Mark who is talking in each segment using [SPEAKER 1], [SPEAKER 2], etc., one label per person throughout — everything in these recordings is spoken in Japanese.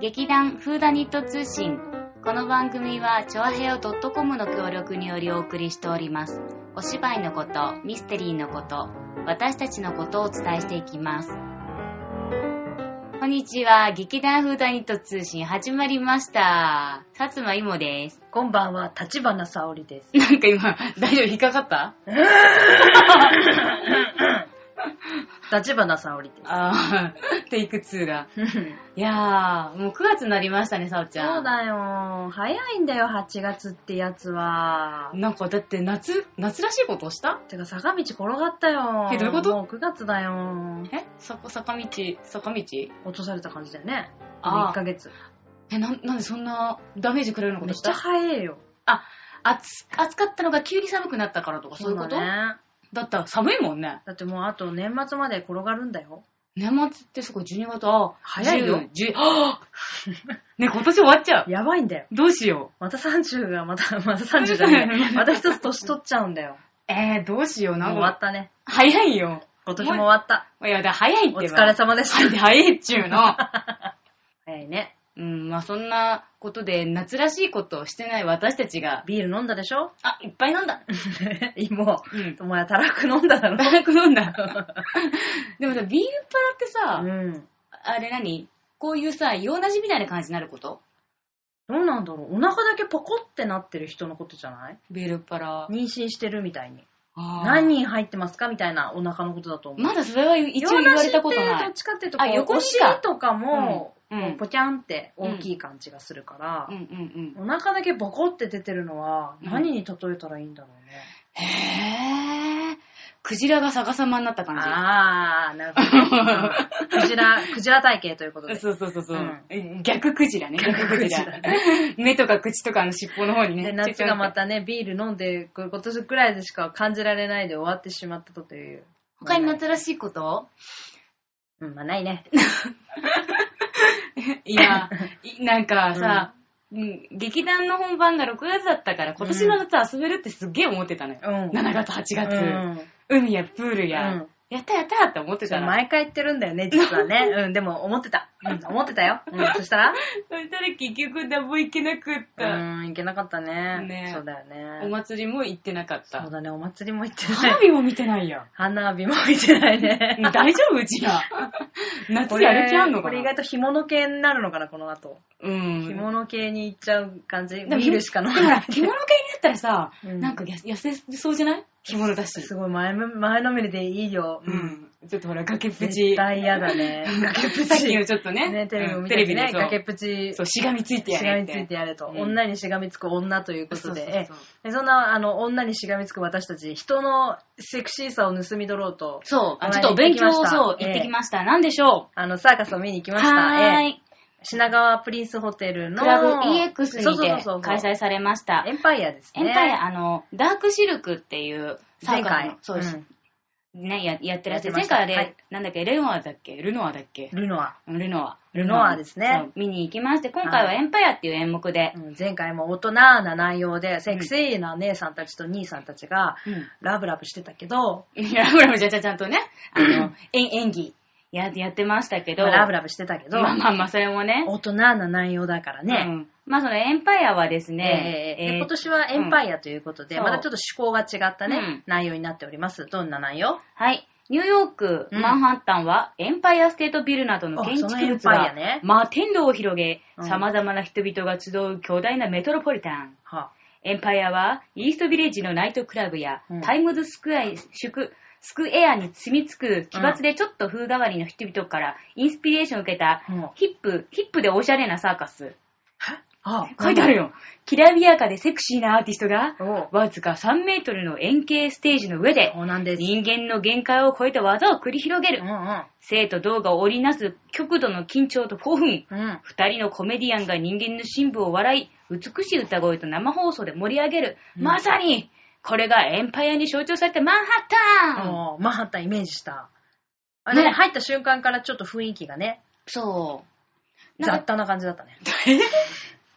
[SPEAKER 1] 劇団フーダニット通信。この番組は、チョアヘオ .com の協力によりお送りしております。お芝居のこと、ミステリーのこと、私たちのことをお伝えしていきます。こんにちは。劇団フーダニット通信始まりました。薩摩いもです。
[SPEAKER 2] こんばんは、立花沙織です。
[SPEAKER 1] なんか今、大丈夫引っかかった
[SPEAKER 2] 立花沙織で
[SPEAKER 1] あー、テイク2だ。
[SPEAKER 2] す。 そう
[SPEAKER 1] いやー、もう9月になりましたね、さおちゃん。
[SPEAKER 2] だよ。早いんだよ、8月ってやつは。
[SPEAKER 1] なんかだって夏、夏らしいことした
[SPEAKER 2] てか、坂道転がったよ。
[SPEAKER 1] えどういうこと
[SPEAKER 2] もう9月だよ。
[SPEAKER 1] えそこ、坂道、坂道
[SPEAKER 2] 落とされた感じだよね。
[SPEAKER 1] あー
[SPEAKER 2] 1ヶ月。
[SPEAKER 1] え、なん、なんでそんなダメージくらいのこと
[SPEAKER 2] めっ
[SPEAKER 1] し
[SPEAKER 2] ちゃ
[SPEAKER 1] た
[SPEAKER 2] 早えよ。
[SPEAKER 1] 暑、暑かったのが急に寒くなったからとかそういうこと
[SPEAKER 2] だね。
[SPEAKER 1] だったら寒いもんね。
[SPEAKER 2] だってもうあと年末まで転がるんだよ。
[SPEAKER 1] 年末ってそこ12月、あー
[SPEAKER 2] 早いよ
[SPEAKER 1] 10、10、あ ーね、今年終わっちゃう。
[SPEAKER 2] やばいんだよ。
[SPEAKER 1] どうしよ
[SPEAKER 2] また30が、また、 また30じ ゃない。また一つ年取っちゃうんだよ。
[SPEAKER 1] う。えー、どうしよう、
[SPEAKER 2] もう
[SPEAKER 1] なん
[SPEAKER 2] 終わっ
[SPEAKER 1] か。
[SPEAKER 2] たね。
[SPEAKER 1] 早いよ。
[SPEAKER 2] 今年も終わった。
[SPEAKER 1] いや、だから早いって
[SPEAKER 2] お
[SPEAKER 1] ば
[SPEAKER 2] 疲れ様でし た。
[SPEAKER 1] 早いっちゅうの。
[SPEAKER 2] 早いね。
[SPEAKER 1] うん、まあそんなことで夏らしいことをしてない私たちが、
[SPEAKER 2] ビール飲んだでしょ
[SPEAKER 1] あ、いっぱい飲んだ。
[SPEAKER 2] 芋。
[SPEAKER 1] うん。
[SPEAKER 2] お前、たらく飲んだだろ。
[SPEAKER 1] バラく飲ん だ。でもさ、ビールパラってさ、
[SPEAKER 2] うん。
[SPEAKER 1] あれ何こういうさ、用なじみたいな感じになること
[SPEAKER 2] どうなんだろう。お腹だけポコってなってる人のことじゃない
[SPEAKER 1] ビールパラ。
[SPEAKER 2] 妊娠してるみたいに。
[SPEAKER 1] あー
[SPEAKER 2] 何人入ってますかみたいなお腹のことだと思う。
[SPEAKER 1] まだそれは一応言われたこと
[SPEAKER 2] 洋梨っ
[SPEAKER 1] な
[SPEAKER 2] てどっ
[SPEAKER 1] い。
[SPEAKER 2] ちかっていうと、
[SPEAKER 1] あ
[SPEAKER 2] こう
[SPEAKER 1] 横
[SPEAKER 2] お
[SPEAKER 1] にか
[SPEAKER 2] 尻とか
[SPEAKER 1] うんう
[SPEAKER 2] も、
[SPEAKER 1] ん
[SPEAKER 2] こうポキャンって大きい感じがするから
[SPEAKER 1] うん、うん
[SPEAKER 2] お腹だけボコって出てるのは、
[SPEAKER 1] うん
[SPEAKER 2] 何に例えたらいいんだろうね。
[SPEAKER 1] うん。へぇー。クジラが逆さまになった感
[SPEAKER 2] あー、な るほどね。うんクジラ、クジラ体型ということで
[SPEAKER 1] じ。。そうそうそうそう、
[SPEAKER 2] う
[SPEAKER 1] 逆クジラね。逆クジラ。 目とか口とかあの尻尾の方にね。
[SPEAKER 2] で夏がま
[SPEAKER 1] た。
[SPEAKER 2] たね、ビール飲んで、こう今年くらいでしか感じられないで終わってしまったという。
[SPEAKER 1] 他に夏らしいこと
[SPEAKER 2] うん、まあないね。
[SPEAKER 1] いや、いなんかさ、うん劇団の本番が6月だったから、今年の夏遊べるってすっげえ思ってたのよ。
[SPEAKER 2] うん。
[SPEAKER 1] 7月、8月、
[SPEAKER 2] うん。
[SPEAKER 1] 海やプールや、
[SPEAKER 2] うん
[SPEAKER 1] やったやったって思って
[SPEAKER 2] そ
[SPEAKER 1] た
[SPEAKER 2] う
[SPEAKER 1] の。
[SPEAKER 2] 毎回言ってるんだよね、実は ね。うん、でも思ってた。うん、思ってたよ。うん、そしたら
[SPEAKER 1] そしたら結局何も行けなくっ
[SPEAKER 2] う
[SPEAKER 1] た、
[SPEAKER 2] ーん、いけなかったね。
[SPEAKER 1] ね
[SPEAKER 2] そうだよ
[SPEAKER 1] お
[SPEAKER 2] ね。
[SPEAKER 1] 祭りも行ってなかっ
[SPEAKER 2] そう
[SPEAKER 1] た。
[SPEAKER 2] だね、お祭りも行ってな
[SPEAKER 1] 花
[SPEAKER 2] い。
[SPEAKER 1] 火も見てない や。
[SPEAKER 2] 花火も行ってない
[SPEAKER 1] うん
[SPEAKER 2] ね。
[SPEAKER 1] 大丈夫うちら。夏やる気あんの
[SPEAKER 2] こ
[SPEAKER 1] か
[SPEAKER 2] れ意
[SPEAKER 1] な
[SPEAKER 2] 外と干物系になるのかな、この後。
[SPEAKER 1] うん。
[SPEAKER 2] 干物系に行っちゃう感じ。ビ
[SPEAKER 1] でも
[SPEAKER 2] ールしか飲ま
[SPEAKER 1] でもほ
[SPEAKER 2] な
[SPEAKER 1] ら
[SPEAKER 2] い。
[SPEAKER 1] 着物系になったらさ、
[SPEAKER 2] うん
[SPEAKER 1] なんかや痩せそうじゃない着物だし。
[SPEAKER 2] すごい前の、前のめりでいいよ。
[SPEAKER 1] う。ん。ちょっとほら、崖っぷ
[SPEAKER 2] 絶
[SPEAKER 1] ち。
[SPEAKER 2] 対嫌だね。崖っぷち。
[SPEAKER 1] さっきのちょっとね。
[SPEAKER 2] ね、テレビ
[SPEAKER 1] う
[SPEAKER 2] を
[SPEAKER 1] ん
[SPEAKER 2] 見
[SPEAKER 1] テ
[SPEAKER 2] て
[SPEAKER 1] レビ
[SPEAKER 2] ね、
[SPEAKER 1] でそう
[SPEAKER 2] 崖っぷち、
[SPEAKER 1] そう、しがみついてや
[SPEAKER 2] しが
[SPEAKER 1] れっ
[SPEAKER 2] み
[SPEAKER 1] て。
[SPEAKER 2] ついてやれと。
[SPEAKER 1] うん
[SPEAKER 2] 女にしがみつく女ということ
[SPEAKER 1] そうそう
[SPEAKER 2] で
[SPEAKER 1] そう、
[SPEAKER 2] えそんな、あの、女にしがみつく私たち、人のセクシーさを盗み取ろうと、
[SPEAKER 1] そう、あ
[SPEAKER 2] あ
[SPEAKER 1] ちょっとお勉強をそう、行
[SPEAKER 2] ええ
[SPEAKER 1] ってきました。なんでしょ
[SPEAKER 2] あの、サーカスを見に行き
[SPEAKER 1] う
[SPEAKER 2] ました。
[SPEAKER 1] はー
[SPEAKER 2] ええ
[SPEAKER 1] い。
[SPEAKER 2] 品川プリンスホテルの、
[SPEAKER 1] クラブ EX
[SPEAKER 2] そう
[SPEAKER 1] に
[SPEAKER 2] そうそうそ
[SPEAKER 1] て
[SPEAKER 2] う
[SPEAKER 1] 開催されました
[SPEAKER 2] エ。ンパイアです
[SPEAKER 1] エ
[SPEAKER 2] ね。
[SPEAKER 1] ンパイア、あの、ダークシルクっていうサ
[SPEAKER 2] 前
[SPEAKER 1] ーカス
[SPEAKER 2] 回
[SPEAKER 1] の、、そうです。
[SPEAKER 2] ん
[SPEAKER 1] ね、ややってらっしゃる。前
[SPEAKER 2] やってました
[SPEAKER 1] 回あれ、
[SPEAKER 2] はい
[SPEAKER 1] なんだっけ、レノアだっけルノアだっけ
[SPEAKER 2] ルノア。
[SPEAKER 1] ルノア。
[SPEAKER 2] ルノアですね
[SPEAKER 1] そう。見に行きまして、今回は
[SPEAKER 2] はい
[SPEAKER 1] エンパイアっていう演目で
[SPEAKER 2] う、ん前回も大人な内容で、セクシーな姉さんたちと兄さんたちが、
[SPEAKER 1] うん
[SPEAKER 2] ラブラブしてたけど、
[SPEAKER 1] ラブラブじゃちゃちゃんとね、あ の、演演技ややってましたけど、
[SPEAKER 2] まあラブラブしてたけど、
[SPEAKER 1] まあまあまあ、それもね。
[SPEAKER 2] 大人な内容だから
[SPEAKER 1] う
[SPEAKER 2] ね。
[SPEAKER 1] んまあそのエンパイアはですね
[SPEAKER 2] え、ー
[SPEAKER 1] えー
[SPEAKER 2] で今年はエンパイアということで、
[SPEAKER 1] うん
[SPEAKER 2] またちょっと趣向が違ったね、
[SPEAKER 1] うん
[SPEAKER 2] 内容になっております。どんな内容
[SPEAKER 1] はい。ニューヨーク、
[SPEAKER 2] うん
[SPEAKER 1] マンハッタンは、エンパイアステートビルなどの建築
[SPEAKER 2] あそのエン
[SPEAKER 1] 物
[SPEAKER 2] パイ
[SPEAKER 1] が
[SPEAKER 2] アね、
[SPEAKER 1] 摩天楼を広げ、
[SPEAKER 2] うん
[SPEAKER 1] 様々な人々が集う巨大なメトロポリタン。
[SPEAKER 2] は
[SPEAKER 1] エンパイアは、イーストビレッジのナイトクラブや、
[SPEAKER 2] うん
[SPEAKER 1] タイムズスクエア宿スクエアに住み着く奇抜でちょっと風変わりの人々からインスピレーションを受けた
[SPEAKER 2] うん
[SPEAKER 1] ヒップ、ヒップでおしゃれなサーカス。
[SPEAKER 2] あ
[SPEAKER 1] 書いてあるよ。きらびやかでセクシーなアーティストが、
[SPEAKER 2] お
[SPEAKER 1] わずか3メートルの円形ステージの上で、
[SPEAKER 2] そうなんです。
[SPEAKER 1] 人間の限界を超えた技を繰り広げ
[SPEAKER 2] う
[SPEAKER 1] る
[SPEAKER 2] ん。うん。
[SPEAKER 1] 生と動画を織りなす極度の緊張と興奮。
[SPEAKER 2] うん。
[SPEAKER 1] 二人のコメディアンが人間の深部を笑い、美しい歌声と生放送で盛り上げる。まさに、これがエンパイアに象徴されたマンハッタン
[SPEAKER 2] おマンハッタンイメージした。あ
[SPEAKER 1] ね
[SPEAKER 2] ね、入った瞬間からちょっと雰囲気がね、
[SPEAKER 1] そう。なん
[SPEAKER 2] 雑
[SPEAKER 1] か、
[SPEAKER 2] 多な感じだったね。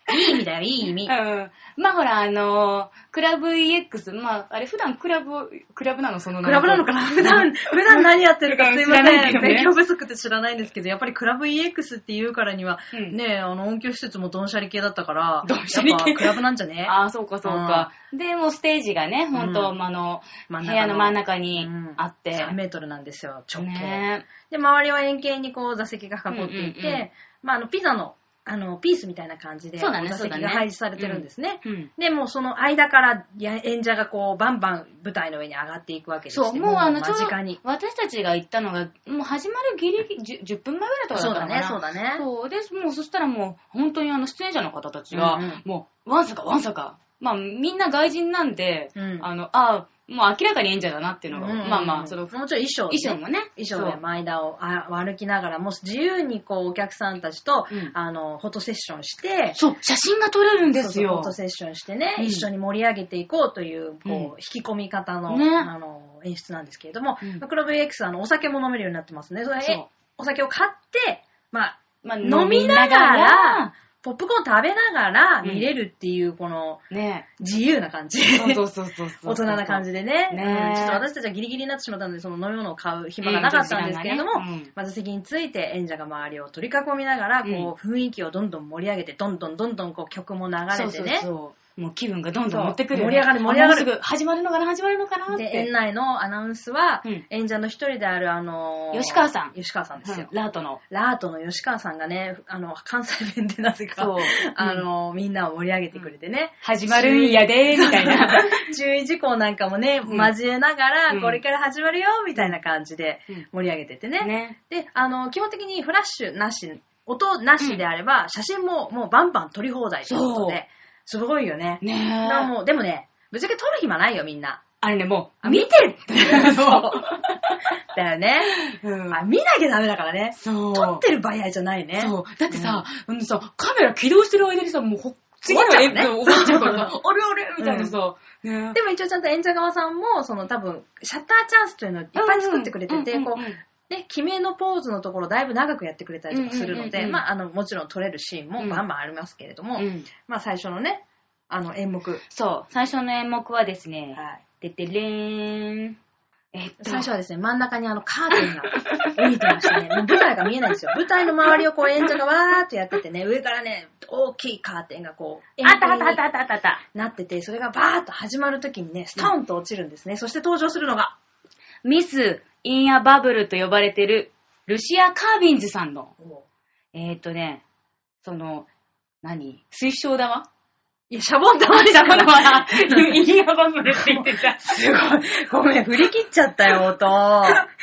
[SPEAKER 2] いい意味だよ、いい意味。
[SPEAKER 1] うん。まあほら、あのークラブ EX、まああれ普段クラブ、クラブなのその
[SPEAKER 2] クラブなのかな 普段、 普段何やってるかすいま
[SPEAKER 1] 知ら
[SPEAKER 2] せん。
[SPEAKER 1] ないけどね
[SPEAKER 2] 勉強不足って知らないんですけど、やっぱりクラブ EX って言うからには、
[SPEAKER 1] うん
[SPEAKER 2] ね、あの音響施設もドンシャリ系だったから、
[SPEAKER 1] ドンシャリ系
[SPEAKER 2] やっぱクラブなんじゃね
[SPEAKER 1] ああ、そうかそうか。で、もうステージがね、本当、
[SPEAKER 2] うん
[SPEAKER 1] まああの、
[SPEAKER 2] 真ん中の
[SPEAKER 1] 部屋の真ん中に
[SPEAKER 2] うん
[SPEAKER 1] あって。
[SPEAKER 2] 3メートルなんですよ、直径。
[SPEAKER 1] ね
[SPEAKER 2] で、周りは円形にこう座席が囲っていて、
[SPEAKER 1] うんうんうん
[SPEAKER 2] まあ、あの、ピザの、あの、ピースみたいな感じで、
[SPEAKER 1] そうだね
[SPEAKER 2] 座
[SPEAKER 1] そうだ
[SPEAKER 2] 席
[SPEAKER 1] ね
[SPEAKER 2] が配置されてるんですね。
[SPEAKER 1] うん。
[SPEAKER 2] で、もうその間からや演者がこう、バンバン舞台の上に上がっていくわけです
[SPEAKER 1] そう、もうあの、ちょ
[SPEAKER 2] 間
[SPEAKER 1] うど
[SPEAKER 2] 近に。、
[SPEAKER 1] 私たちが行ったのが、もう始まるギリギリ、じゅ 10, 分前ぐらいとかだ
[SPEAKER 2] そ
[SPEAKER 1] っ
[SPEAKER 2] う
[SPEAKER 1] た
[SPEAKER 2] だ
[SPEAKER 1] のか
[SPEAKER 2] ね
[SPEAKER 1] な。、
[SPEAKER 2] そうだね。
[SPEAKER 1] そうで、もうそしたらもう、本当にあの、出演者の方たちが、
[SPEAKER 2] うんうん
[SPEAKER 1] もう、わんさかわんさか。まあ、みんな外人なんで、
[SPEAKER 2] うん
[SPEAKER 1] あの、ああ、もう明らかに演者だなっていうのが、
[SPEAKER 2] うんうんうん
[SPEAKER 1] まあまあ、その、
[SPEAKER 2] もうちょい衣装、
[SPEAKER 1] 衣装もね。
[SPEAKER 2] 衣装で
[SPEAKER 1] そう
[SPEAKER 2] 前田をあ歩きながら、もう自由にこうお客さんたちと、
[SPEAKER 1] うん
[SPEAKER 2] あの、フォトセッションして、
[SPEAKER 1] そう、写真が撮れるんで
[SPEAKER 2] そう
[SPEAKER 1] す
[SPEAKER 2] そうフ
[SPEAKER 1] よ
[SPEAKER 2] ォ。トセッションしてね、
[SPEAKER 1] うん
[SPEAKER 2] 一緒に盛り上げていこうという、こう
[SPEAKER 1] うん、
[SPEAKER 2] 引き込み方の、
[SPEAKER 1] ね
[SPEAKER 2] あの、演出なんですけれども、
[SPEAKER 1] うん
[SPEAKER 2] クロブ EX はあの、お酒も飲めるようになってますね。それ
[SPEAKER 1] そう
[SPEAKER 2] お酒を買って、まあ、
[SPEAKER 1] まあ、
[SPEAKER 2] 飲みながら
[SPEAKER 1] 飲、
[SPEAKER 2] ポップコーン食べながら
[SPEAKER 1] うん
[SPEAKER 2] 見れるっていう、この、
[SPEAKER 1] みながら、 ね
[SPEAKER 2] 自由な感じ。
[SPEAKER 1] そうそうそうそうそう。
[SPEAKER 2] 大人な感じでね。
[SPEAKER 1] ね
[SPEAKER 2] うんちょっと私たちはギリギリになってしまったので、その飲み物を買う暇がなかったんですけれども、
[SPEAKER 1] うん時間がねうん
[SPEAKER 2] まず席について演者が周りを取り囲みながら、こう、雰囲気をどんどん盛り上げて、どんどんどんどんこう曲も流
[SPEAKER 1] そうそ
[SPEAKER 2] れて
[SPEAKER 1] う
[SPEAKER 2] ね。
[SPEAKER 1] そう。もう気分がどんどん持ってくる、
[SPEAKER 2] そう盛り上がる盛り
[SPEAKER 1] あ
[SPEAKER 2] 上がる
[SPEAKER 1] もうすぐ始まるのかな、始まるのかなっ
[SPEAKER 2] で、園
[SPEAKER 1] て。
[SPEAKER 2] 内のアナウンスは
[SPEAKER 1] うん、
[SPEAKER 2] 演者の一人である、あのー
[SPEAKER 1] 吉川さん
[SPEAKER 2] 吉川さんですよ
[SPEAKER 1] うん。ラートの。
[SPEAKER 2] ラートの吉川さんがね、あの、関西弁でなぜか、
[SPEAKER 1] そう。
[SPEAKER 2] あのーみんなを盛り上げてくれてね。
[SPEAKER 1] 始まるんやでー、みたいな。
[SPEAKER 2] 注意事項なんかもね、
[SPEAKER 1] うん
[SPEAKER 2] 交えながら、
[SPEAKER 1] うん
[SPEAKER 2] これから始まるよ、みたいな感じで
[SPEAKER 1] うん
[SPEAKER 2] 盛り上げててね。
[SPEAKER 1] ね。
[SPEAKER 2] で、あの、基本的にフラッシュなし、音なしであれば、写真ももうバンバン撮り放題ということで、すごいよね。
[SPEAKER 1] ね
[SPEAKER 2] だから
[SPEAKER 1] え。
[SPEAKER 2] もうでもね、ぶっちゃけ撮る暇ないよ、みんな。
[SPEAKER 1] あれね、もう、
[SPEAKER 2] あ見てるだよね。
[SPEAKER 1] うん
[SPEAKER 2] あ見なきゃダメだからね。
[SPEAKER 1] そう。
[SPEAKER 2] 撮ってる場合じゃないね。
[SPEAKER 1] そう。だってさ、うんさ、カメラ起動してる間にさ、もうほ、次の
[SPEAKER 2] 終わっ
[SPEAKER 1] 演
[SPEAKER 2] ちゃうね
[SPEAKER 1] 奏終わっちゃうから さ、あれあれみたいなさ。ね
[SPEAKER 2] でも一応ちゃんと演者側さんも、その多分、シャッターチャンスというのをいっぱい作ってくれてて、こう、ね、決めのポーズのところだいぶ長くやってくれたりとかするの
[SPEAKER 1] うんうんうん
[SPEAKER 2] で、
[SPEAKER 1] うん
[SPEAKER 2] まあ、あの、もちろん撮れるシーンも
[SPEAKER 1] うん
[SPEAKER 2] バンバンありますけれども、
[SPEAKER 1] うん
[SPEAKER 2] まあ、最初のね、あの、演目。はい。
[SPEAKER 1] そう。最初の演目はですね、ててれーん。えっと、
[SPEAKER 2] 最初はですね、真ん中にあの、カーテンが見えてま したね。もう舞台が見えないんですよ。舞台の周りをこう、演者がわーっとやっててね、上からね、大きいカーテンがこう、
[SPEAKER 1] あったあったあ
[SPEAKER 2] 円
[SPEAKER 1] った
[SPEAKER 2] 形に
[SPEAKER 1] あったあった。
[SPEAKER 2] なってて、それがバーっと始まるときにね、ストーンと落ちるんですね。そして登場するのが、
[SPEAKER 1] ミス・イン・ア・バブルと呼ばれてる、ルシア・カービンズさんの、えーっとね、その、何推奨だわ。
[SPEAKER 2] いや、シャボン玉で
[SPEAKER 1] だか
[SPEAKER 2] だからら。
[SPEAKER 1] ほら、 イン・ア・バブルって言ってた。
[SPEAKER 2] すごい。 ごめん、振り切っちゃったよ、音。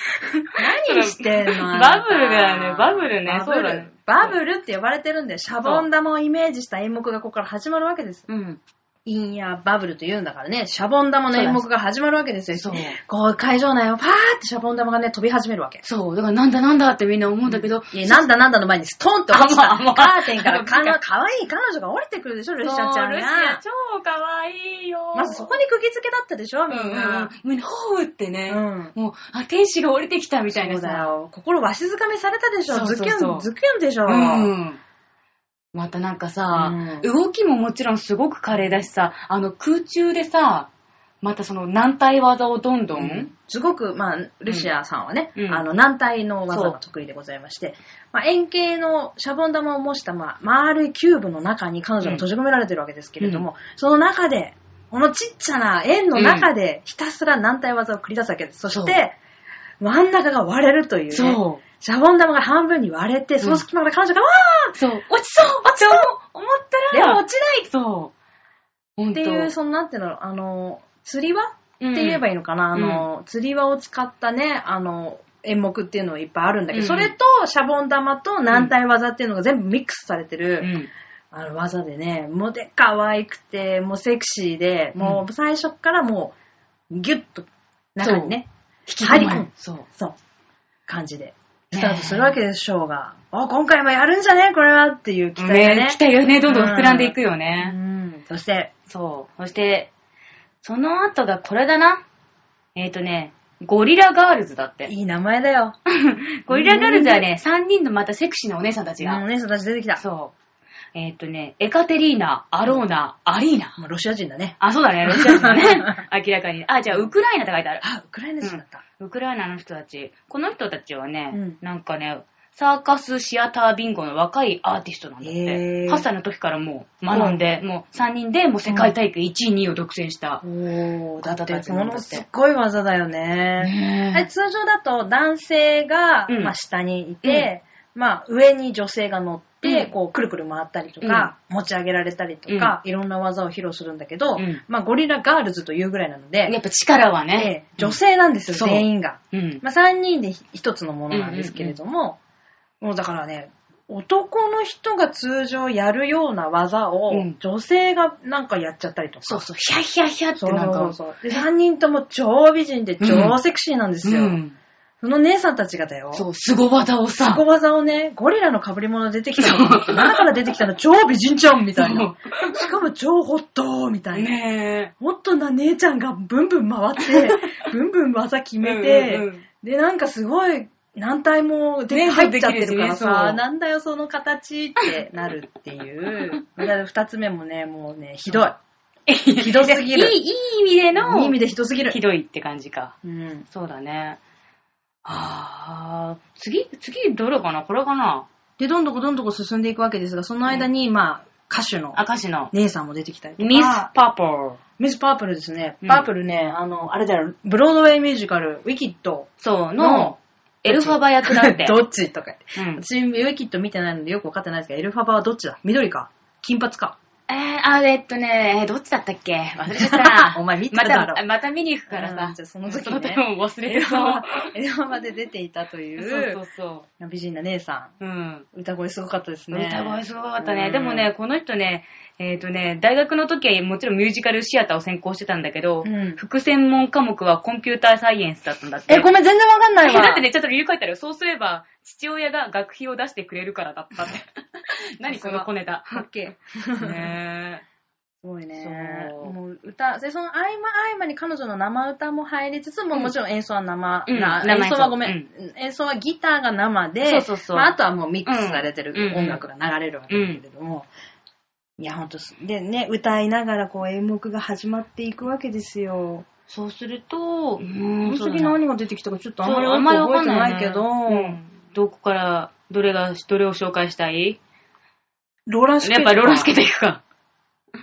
[SPEAKER 2] 何してんの
[SPEAKER 1] バブルだよねバブルねそうだね。
[SPEAKER 2] あなたバブルバブルって呼ばれてるんだよ。シャボン玉をイメージした演目がここから始まるわけです。
[SPEAKER 1] うん。
[SPEAKER 2] インやバブルと言うんだからね、シャボン玉の演目が始まるわけですよ。
[SPEAKER 1] そう
[SPEAKER 2] こう、会場内をパーってシャボン玉がね、飛び始めるわけ。
[SPEAKER 1] そう、だからなんだなんだってみんな思うんだけど、
[SPEAKER 2] いや、なんだなんだの前にストンって落ち
[SPEAKER 1] あ
[SPEAKER 2] た
[SPEAKER 1] もうもう
[SPEAKER 2] カーテンか
[SPEAKER 1] あ
[SPEAKER 2] ら
[SPEAKER 1] の
[SPEAKER 2] かわかわいい彼女が降りてくるでしょ、ルシアちゃん
[SPEAKER 1] そう
[SPEAKER 2] が。
[SPEAKER 1] ルシア超かわいいよ。
[SPEAKER 2] まずそこに釘付けだったでしょ、
[SPEAKER 1] うん
[SPEAKER 2] み
[SPEAKER 1] うんんうん
[SPEAKER 2] な。。
[SPEAKER 1] 胸ほうってね、
[SPEAKER 2] うん
[SPEAKER 1] もう、あ、天使が降りてきたみたいな
[SPEAKER 2] そうだ
[SPEAKER 1] さ。
[SPEAKER 2] よ。心わしづかみされたでし
[SPEAKER 1] そ
[SPEAKER 2] ょ。
[SPEAKER 1] う
[SPEAKER 2] ズ
[SPEAKER 1] そう
[SPEAKER 2] キ
[SPEAKER 1] そ
[SPEAKER 2] ュ
[SPEAKER 1] う
[SPEAKER 2] ン、ズキュンでしょ。
[SPEAKER 1] うん。またなんかさ、
[SPEAKER 2] うん
[SPEAKER 1] 動きももちろんすごく華麗だしさ、あの空中でさ、またその軟体技をどんどん、
[SPEAKER 2] すごく、まあ、ルシアさんはね、
[SPEAKER 1] うん
[SPEAKER 2] あの、軟体の技が得意でございまして、まあ、円形のシャボン玉を模した、まあ、丸いキューブの中に彼女が閉じ込められてるわけですけれども、その中で、このちっちゃな円の中で、ひたすら軟体技を繰り出すわけです。そして、真ん中が割れるという、ね、
[SPEAKER 1] そ
[SPEAKER 2] シャボン玉が半分に割れて、その隙間から彼女が、わ
[SPEAKER 1] う、そう、落ちそう落ちそう思った
[SPEAKER 2] ー
[SPEAKER 1] ら、
[SPEAKER 2] でも落ちない
[SPEAKER 1] そう。ほん
[SPEAKER 2] っていう、その、なんていうの、あの、釣り輪
[SPEAKER 1] うん
[SPEAKER 2] って言えばいいのかな、あの、釣り輪を使ったね、あの、演目っていうのがいっぱいあるんだけ
[SPEAKER 1] う
[SPEAKER 2] ど、
[SPEAKER 1] ん
[SPEAKER 2] それとシャボン玉と軟体技っていうのが全部ミックスされてる、
[SPEAKER 1] うん。
[SPEAKER 2] あの技でね、もうで可愛くて、もうセクシーで、
[SPEAKER 1] うん
[SPEAKER 2] もう最初からもう、ギュッと中にね、
[SPEAKER 1] 引き
[SPEAKER 2] 入
[SPEAKER 1] 込
[SPEAKER 2] り
[SPEAKER 1] ま
[SPEAKER 2] 込
[SPEAKER 1] れ
[SPEAKER 2] む
[SPEAKER 1] る。そう。
[SPEAKER 2] そう、感じで、スタートするわけでしょうが、あ、今回もやるんじゃねこれはっていう期待がね。
[SPEAKER 1] ね期待がね、どんどん膨らんでいくよね。
[SPEAKER 2] うん、そして、
[SPEAKER 1] そう。そして、その後がこれだな。えっ、とね、ゴリラガールズだって。
[SPEAKER 2] いい名前 だよ。
[SPEAKER 1] ゴリラガールズはね、3人のまたセクシーなお姉さんたち
[SPEAKER 2] あ
[SPEAKER 1] が。
[SPEAKER 2] のね、人たち出てきた。
[SPEAKER 1] そえーっとね、エカテリーナ、アローナ、アリーナ。
[SPEAKER 2] まあ、ロシア人だね。
[SPEAKER 1] あ、そう だね、ロシア人だね。明らかに。あ、じゃあ、ウクライナって書いてある。
[SPEAKER 2] あ、ウクライナ人だった。
[SPEAKER 1] ウクライナの人たち、この人たちはね、
[SPEAKER 2] うん
[SPEAKER 1] なんかね、サーカスシアタービンゴの若いアーティストなんだって。
[SPEAKER 2] へー
[SPEAKER 1] 8歳の時からもう学んで、もう3人でもう世界大会1位、2位を独占した。
[SPEAKER 2] おー、だ
[SPEAKER 1] 方た
[SPEAKER 2] っ
[SPEAKER 1] ち
[SPEAKER 2] て、
[SPEAKER 1] な
[SPEAKER 2] も
[SPEAKER 1] んだ
[SPEAKER 2] の
[SPEAKER 1] って
[SPEAKER 2] すっごい技だよね。あれ
[SPEAKER 1] ね
[SPEAKER 2] 通常だと男性が、
[SPEAKER 1] うん
[SPEAKER 2] まあ、下にいて、まあ、上に女性が乗って、
[SPEAKER 1] うん
[SPEAKER 2] こう、くるくる回ったりとか、持ち上げられたりとか、いろんな技を披露するんだけ
[SPEAKER 1] う
[SPEAKER 2] ど、
[SPEAKER 1] ん
[SPEAKER 2] まあ、ゴリラガールズというぐらいなの
[SPEAKER 1] えや
[SPEAKER 2] で、
[SPEAKER 1] っぱ力は
[SPEAKER 2] え
[SPEAKER 1] ね
[SPEAKER 2] え、女性なんですよ、
[SPEAKER 1] そう
[SPEAKER 2] 全員が。
[SPEAKER 1] うん。
[SPEAKER 2] まあ、3人で1つのものなんですけれども、もうだからね、男の人が通常やるような技を、
[SPEAKER 1] うん
[SPEAKER 2] 女性がなんかやっちゃったりとか。
[SPEAKER 1] そうそう、ヒャヒャヒャって
[SPEAKER 2] そう
[SPEAKER 1] なんか。
[SPEAKER 2] そうそう。で、3人とも超美人で超セクシーなんですよ。
[SPEAKER 1] うん
[SPEAKER 2] その姉さんたちがだよ。
[SPEAKER 1] そう、凄技をさ、
[SPEAKER 2] 小技をね、ゴリラの被り物出てきたのって、中から出てきたの超美人ちゃんみたいな。しかも超ホットみたいな。
[SPEAKER 1] ね
[SPEAKER 2] ホットな姉ちゃんがブンブン回って、ブンブン技決
[SPEAKER 1] え。
[SPEAKER 2] めて、
[SPEAKER 1] うんうんうん
[SPEAKER 2] で、なんかすごい、軟体もで
[SPEAKER 1] ね
[SPEAKER 2] 入っちゃってるから
[SPEAKER 1] できるしねそ
[SPEAKER 2] さ、
[SPEAKER 1] う
[SPEAKER 2] なんだよその形ってなるって いう。だから二つ目もね、もうね、ひどい。ひどすぎる
[SPEAKER 1] いい、いい意味での、
[SPEAKER 2] いい意味でひどすぎる
[SPEAKER 1] ひ。どいって感じか。
[SPEAKER 2] うん。
[SPEAKER 1] そうだね。あー、次、次どれかなこれかな
[SPEAKER 2] で、どんどこどんどこ進んでいくわけですが、その間に、まあ、歌手の
[SPEAKER 1] 赤石の。
[SPEAKER 2] 姉さんも出てきたりとか。
[SPEAKER 1] ミス・パーポー。
[SPEAKER 2] ミスパープルですね
[SPEAKER 1] う。ん
[SPEAKER 2] パープルね、あの、あれだよ、ブロードウェイミュージカル、ウィキッド。
[SPEAKER 1] そう、
[SPEAKER 2] の。
[SPEAKER 1] の、エルファバ役だって
[SPEAKER 2] どっちとか言って。
[SPEAKER 1] うん
[SPEAKER 2] 私、ウィキッド見てないのでよくわかってないですけど、エルファバはどっちだ緑か金髪か。
[SPEAKER 1] えー、あ、えっとね、えーどっちだったっけ忘れちゃった
[SPEAKER 2] 。お前見て
[SPEAKER 1] ま
[SPEAKER 2] ただろ
[SPEAKER 1] た、また見に行くから
[SPEAKER 2] う
[SPEAKER 1] さ
[SPEAKER 2] ん。じゃあその時ね
[SPEAKER 1] その時も忘
[SPEAKER 2] エ
[SPEAKER 1] れて
[SPEAKER 2] ルファ
[SPEAKER 1] そう
[SPEAKER 2] バ。、 エルファバで出ていたとい
[SPEAKER 1] そうそううそ
[SPEAKER 2] 美人な姉さ
[SPEAKER 1] う。うん。
[SPEAKER 2] ん。歌声すごかったですね。
[SPEAKER 1] 歌声すごかったね。
[SPEAKER 2] うん
[SPEAKER 1] でもね、この人ね、えっ、とね、大学の時はもちろんミュージカルシアターを専攻してたんだけど、
[SPEAKER 2] うん
[SPEAKER 1] 副専門科目はコンピューターサイエンスだったんだって。
[SPEAKER 2] え、ごめん、全然わかんない
[SPEAKER 1] え
[SPEAKER 2] わ。
[SPEAKER 1] だってね、ちょっと理由書いてあるよ。そうすれば、父親が学費を出してくれるからだったって。 何この小ネタ。
[SPEAKER 2] オッケー。す
[SPEAKER 1] ね
[SPEAKER 2] ごいね。
[SPEAKER 1] そう
[SPEAKER 2] もう歌、で、その合間合間に彼女の生歌も入りつつ、もうもちろん演奏は生、
[SPEAKER 1] うん
[SPEAKER 2] な
[SPEAKER 1] うん生演奏
[SPEAKER 2] 演奏はごめん、演奏はギターが生で、
[SPEAKER 1] そうそうそう
[SPEAKER 2] まあ、あとはもうミックスされてる
[SPEAKER 1] うん
[SPEAKER 2] 音楽が流れるわけだけれども、いや、ほんとす、でね、歌いながらこう演目が始まっていくわけですよ。
[SPEAKER 1] そうすると、うーん、
[SPEAKER 2] 次
[SPEAKER 1] そう
[SPEAKER 2] 何が出てきたかちょっと
[SPEAKER 1] だ
[SPEAKER 2] あ
[SPEAKER 1] ね
[SPEAKER 2] んまり
[SPEAKER 1] そうあんまり
[SPEAKER 2] よ
[SPEAKER 1] わ
[SPEAKER 2] く
[SPEAKER 1] か
[SPEAKER 2] 覚え
[SPEAKER 1] ん
[SPEAKER 2] て
[SPEAKER 1] な、
[SPEAKER 2] ないい
[SPEAKER 1] ね。う
[SPEAKER 2] けど、
[SPEAKER 1] んどこから、どれが、どれを紹介したい
[SPEAKER 2] ローラースケー
[SPEAKER 1] や
[SPEAKER 2] ト
[SPEAKER 1] っ
[SPEAKER 2] か
[SPEAKER 1] ぱローラースケート行くか。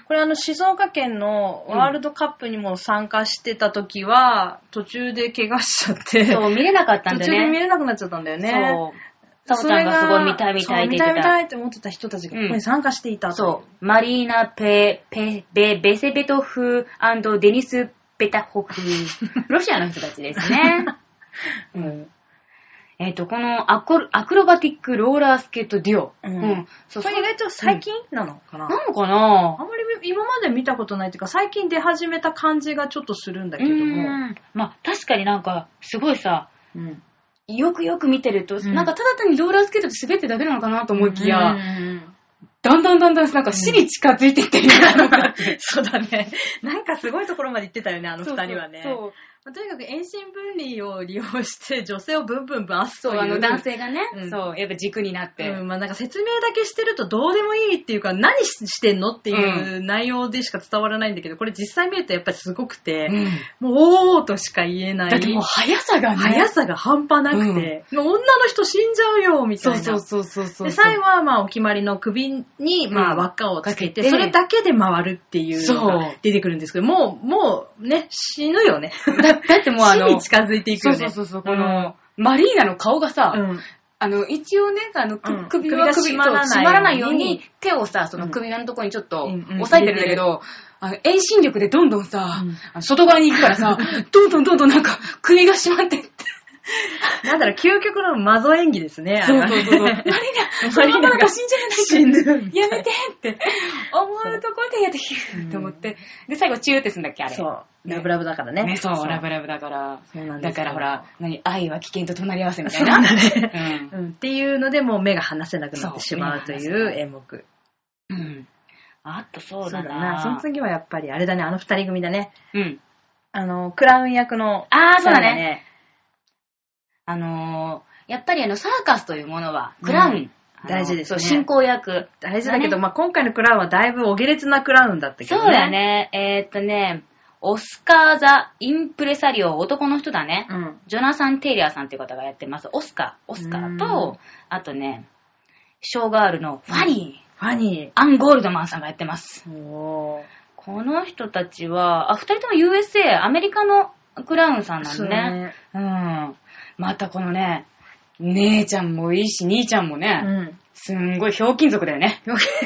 [SPEAKER 2] これあの静岡県のワールドカップにも参加してた時は、途中で怪我しちゃって、
[SPEAKER 1] そう、見れなかったんだ
[SPEAKER 2] 途中で
[SPEAKER 1] よ
[SPEAKER 2] 見
[SPEAKER 1] ね。
[SPEAKER 2] れなくなっちゃったんだよね。
[SPEAKER 1] そう。サオちゃんがすごい見たい見たいって言
[SPEAKER 2] そ
[SPEAKER 1] って
[SPEAKER 2] う見たい見た
[SPEAKER 1] た。
[SPEAKER 2] いって思ってた人たちがここに参加していたとい
[SPEAKER 1] そう。マリーナ・ペ、ペ、ベ、ベセベトフデニス・ペタ ホフ。ロシアの人たちです ね。
[SPEAKER 2] う。うん。
[SPEAKER 1] えっ、と、このアコロアクロバティックローラースケートデュオ。
[SPEAKER 2] うん
[SPEAKER 1] そうそ
[SPEAKER 2] こ
[SPEAKER 1] う
[SPEAKER 2] れ意外と最近なのかな、
[SPEAKER 1] なのかな
[SPEAKER 2] あんまり今まで見たことないっていうか、最近出始めた感じがちょっとするんだけ
[SPEAKER 1] う
[SPEAKER 2] ど
[SPEAKER 1] ー
[SPEAKER 2] も。
[SPEAKER 1] ん。まあ、確かになんか、すごいさ、
[SPEAKER 2] うん。
[SPEAKER 1] よくよく見てると、
[SPEAKER 2] ん
[SPEAKER 1] なんかただ単にローラースケートで滑ってるだけなのかなと思いきや、
[SPEAKER 2] うん
[SPEAKER 1] だんだんだんだんなんか死に近づいていってるようなのが
[SPEAKER 2] そうだね。なんかすごいところまで行ってたよね、あの二人はね。
[SPEAKER 1] そうそう
[SPEAKER 2] まあとにかく遠心分離を利用して女性をブンブンバース
[SPEAKER 1] そう、
[SPEAKER 2] とい
[SPEAKER 1] そうう、あの男性がね、
[SPEAKER 2] うん
[SPEAKER 1] そう、やっぱ軸になって。
[SPEAKER 2] うん、まあなんか説明だけしてるとどうでもいいっていうか何ししてんのっていう内容でしか伝わらないんだけど、これ実際見るとやっぱりすごくて、
[SPEAKER 1] うん
[SPEAKER 2] もうおーとしか言えない。
[SPEAKER 1] だってもう速さがね。
[SPEAKER 2] 速さが半端なくて、もう女の人死んじゃうよみたい
[SPEAKER 1] そ
[SPEAKER 2] な。
[SPEAKER 1] うそうそうそうそう。
[SPEAKER 2] で、最後は、まあ、お決まりの首に、まあ、
[SPEAKER 1] うん
[SPEAKER 2] 輪っかをつけ
[SPEAKER 1] かけて
[SPEAKER 2] て、それだけで回るっていうの
[SPEAKER 1] そ
[SPEAKER 2] が
[SPEAKER 1] う
[SPEAKER 2] 出てくるんですけど、もう、もう、ね、死ぬよね。
[SPEAKER 1] だだってもうあの、
[SPEAKER 2] 死に近づいていく
[SPEAKER 1] そうそう
[SPEAKER 2] よね。
[SPEAKER 1] そうそう、この、マリーナの顔がさ、
[SPEAKER 2] うん、
[SPEAKER 1] あの、一応ね、あの、
[SPEAKER 2] うん
[SPEAKER 1] く首は首
[SPEAKER 2] 首
[SPEAKER 1] と
[SPEAKER 2] が締まらないよ
[SPEAKER 1] 締まらないよ
[SPEAKER 2] うに
[SPEAKER 1] うに、手をさ、その首のとこにちょっと
[SPEAKER 2] うんうん
[SPEAKER 1] 押さえてるんだけど、あの遠心力でどんどんさ、
[SPEAKER 2] うん
[SPEAKER 1] あの外側に行くから さ、どんどんどんどんなんか首が締まってって。
[SPEAKER 2] なんだろう、究極のマゾ演技ですね、あれ
[SPEAKER 1] そう
[SPEAKER 2] は
[SPEAKER 1] そう
[SPEAKER 2] ね
[SPEAKER 1] そ う。マリーナ、そのままなんか信じられないから
[SPEAKER 2] 死ぬ
[SPEAKER 1] やめてって思うところでやってヒューって思って、で、最後チューってするんだっけ、あれ。
[SPEAKER 2] そう。ラブラブだからね。
[SPEAKER 1] ね、そう、ラブラブだから。
[SPEAKER 2] そうなんです
[SPEAKER 1] だ
[SPEAKER 2] よ
[SPEAKER 1] からほら、何、愛は危険と隣り合わせみたい
[SPEAKER 2] そうな
[SPEAKER 1] な。
[SPEAKER 2] んだね
[SPEAKER 1] う
[SPEAKER 2] うんっていうので、もう目が離せなくなってしまうと
[SPEAKER 1] そ
[SPEAKER 2] いう
[SPEAKER 1] 目が離
[SPEAKER 2] う
[SPEAKER 1] せ
[SPEAKER 2] 演目。
[SPEAKER 1] うん。あとそう
[SPEAKER 2] そうだ
[SPEAKER 1] だ
[SPEAKER 2] な。その
[SPEAKER 1] な。
[SPEAKER 2] 次はやっぱり、あれだね、あの二人組だね。
[SPEAKER 1] うん。
[SPEAKER 2] あの、クラウン役の。
[SPEAKER 1] あーそうだね
[SPEAKER 2] 二人
[SPEAKER 1] あのー、やっぱりあの、サーカスというものは、クラウン、あの
[SPEAKER 2] 大事です
[SPEAKER 1] そ
[SPEAKER 2] ね
[SPEAKER 1] う、進行役。
[SPEAKER 2] 大事だけど、
[SPEAKER 1] ね
[SPEAKER 2] まあ今回のクラウンはだいぶお下劣なクラウンだったけど
[SPEAKER 1] そ
[SPEAKER 2] ね。
[SPEAKER 1] うだ。ね。えーっとね、オスカー・ザ・インプレサリオ、男の人だね。
[SPEAKER 2] うん。
[SPEAKER 1] ジョナサン・テイリアさんっていう方がやってます。オスカー、オスカー
[SPEAKER 2] う
[SPEAKER 1] と
[SPEAKER 2] ん、
[SPEAKER 1] あとね、ショーガールのファニー、
[SPEAKER 2] ファニ
[SPEAKER 1] アン・ゴールドマンさんがやってます。
[SPEAKER 2] ー。お
[SPEAKER 1] この人たちは、あ、二人とも USA、アメリカのクラウンさん
[SPEAKER 2] ー。
[SPEAKER 1] な
[SPEAKER 2] そ
[SPEAKER 1] の
[SPEAKER 2] う
[SPEAKER 1] ね。
[SPEAKER 2] ね。
[SPEAKER 1] うん。またこのね、姉ちゃんもいいし、兄ちゃんもね、
[SPEAKER 2] うん。
[SPEAKER 1] すんごいひょうきん族だよね。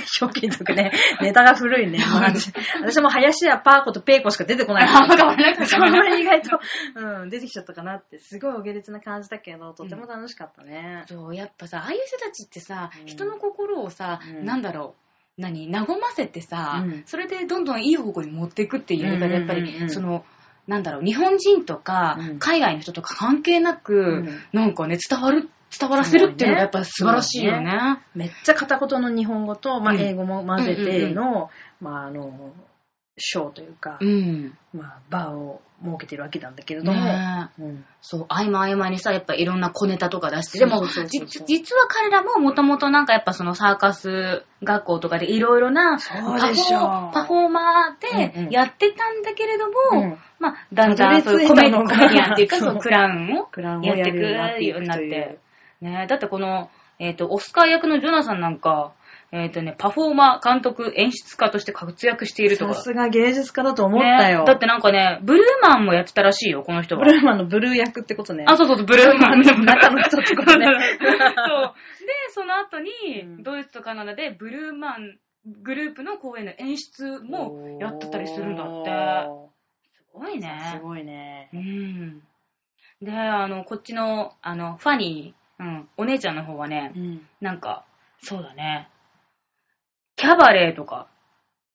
[SPEAKER 2] 賞金とかね、ネタが古いね。
[SPEAKER 1] そうね
[SPEAKER 2] マジ私も林家パーコとペーコしか出てこな い。
[SPEAKER 1] あんま変わらなくて
[SPEAKER 2] そんなに意外と、うん、出てきちゃったかなって、すごいお下劣な感じだけど、とても楽しかったね。
[SPEAKER 1] そう、やっぱさ、ああいう人たちってさ、
[SPEAKER 2] うん
[SPEAKER 1] 人の心をさ、
[SPEAKER 2] うん
[SPEAKER 1] なんだろう。何和ませてさ、
[SPEAKER 2] うん
[SPEAKER 1] それでどんどんいい方向に持っていくっていうやり方
[SPEAKER 2] うんうんうん
[SPEAKER 1] で
[SPEAKER 2] うん
[SPEAKER 1] やっぱりそのなんだろう日本人とか
[SPEAKER 2] うん
[SPEAKER 1] 海外の人とか関係なく、
[SPEAKER 2] ん
[SPEAKER 1] なんかね伝わる伝わらせるっていうのがやっぱ素晴らしいよね。
[SPEAKER 2] めっちゃ片言の日本語と、まあ、
[SPEAKER 1] うん
[SPEAKER 2] 英語も混ぜて
[SPEAKER 1] うんう
[SPEAKER 2] の、まあ、あの、ショーというか、
[SPEAKER 1] うん。
[SPEAKER 2] まあ、バーを設けてるわけなんだけれども、
[SPEAKER 1] ね
[SPEAKER 2] うん
[SPEAKER 1] そう、合間合間にさ、やっぱいろんな小ネタとか出して、でも、
[SPEAKER 2] そうそう
[SPEAKER 1] じ
[SPEAKER 2] そうそう
[SPEAKER 1] 実は彼らももともとなんかやっぱそのサーカス学校とかでいろいろな
[SPEAKER 2] そうでしょう
[SPEAKER 1] パフォーパフォーマー
[SPEAKER 2] うんう
[SPEAKER 1] で
[SPEAKER 2] ん
[SPEAKER 1] やってたんだけれども、
[SPEAKER 2] うん
[SPEAKER 1] まあ、だんだんそういうコ
[SPEAKER 2] た
[SPEAKER 1] メ
[SPEAKER 2] どり着
[SPEAKER 1] デ
[SPEAKER 2] い
[SPEAKER 1] ィ
[SPEAKER 2] たのが
[SPEAKER 1] コメディアンっていう か、そ
[SPEAKER 2] そうう
[SPEAKER 1] クラウンを
[SPEAKER 2] クラウンを
[SPEAKER 1] や
[SPEAKER 2] や
[SPEAKER 1] って
[SPEAKER 2] る
[SPEAKER 1] く
[SPEAKER 2] ようになってい
[SPEAKER 1] よう
[SPEAKER 2] くという
[SPEAKER 1] になって。ね、だってこの、えっ、と、オスカー役のジョナサンなんか、えっ、とね、パフォーマー、監督、演出家として活躍していると
[SPEAKER 2] さ
[SPEAKER 1] か。
[SPEAKER 2] すが芸術家だと思ったよ。
[SPEAKER 1] ねだってなんかね、ブルーマンもやってたらしいよ、この人は
[SPEAKER 2] ブ。ルーマンのブルー役ってことね。
[SPEAKER 1] あ、そうそうそう、ブルーマンの
[SPEAKER 2] 中の人って こと ね
[SPEAKER 1] そう。で、その後
[SPEAKER 2] う
[SPEAKER 1] に、
[SPEAKER 2] ん
[SPEAKER 1] ドイツとカナダでブルーマングループの公演の演出もやってたりするんだって。
[SPEAKER 2] お
[SPEAKER 1] すごい
[SPEAKER 2] ーす
[SPEAKER 1] ね。
[SPEAKER 2] ごいね
[SPEAKER 1] う。ん。で、あの、こっちの、あの、ファニー、うん、お姉ちゃんの方はね
[SPEAKER 2] う、ん。
[SPEAKER 1] なんか、そうだね、キャバレーとか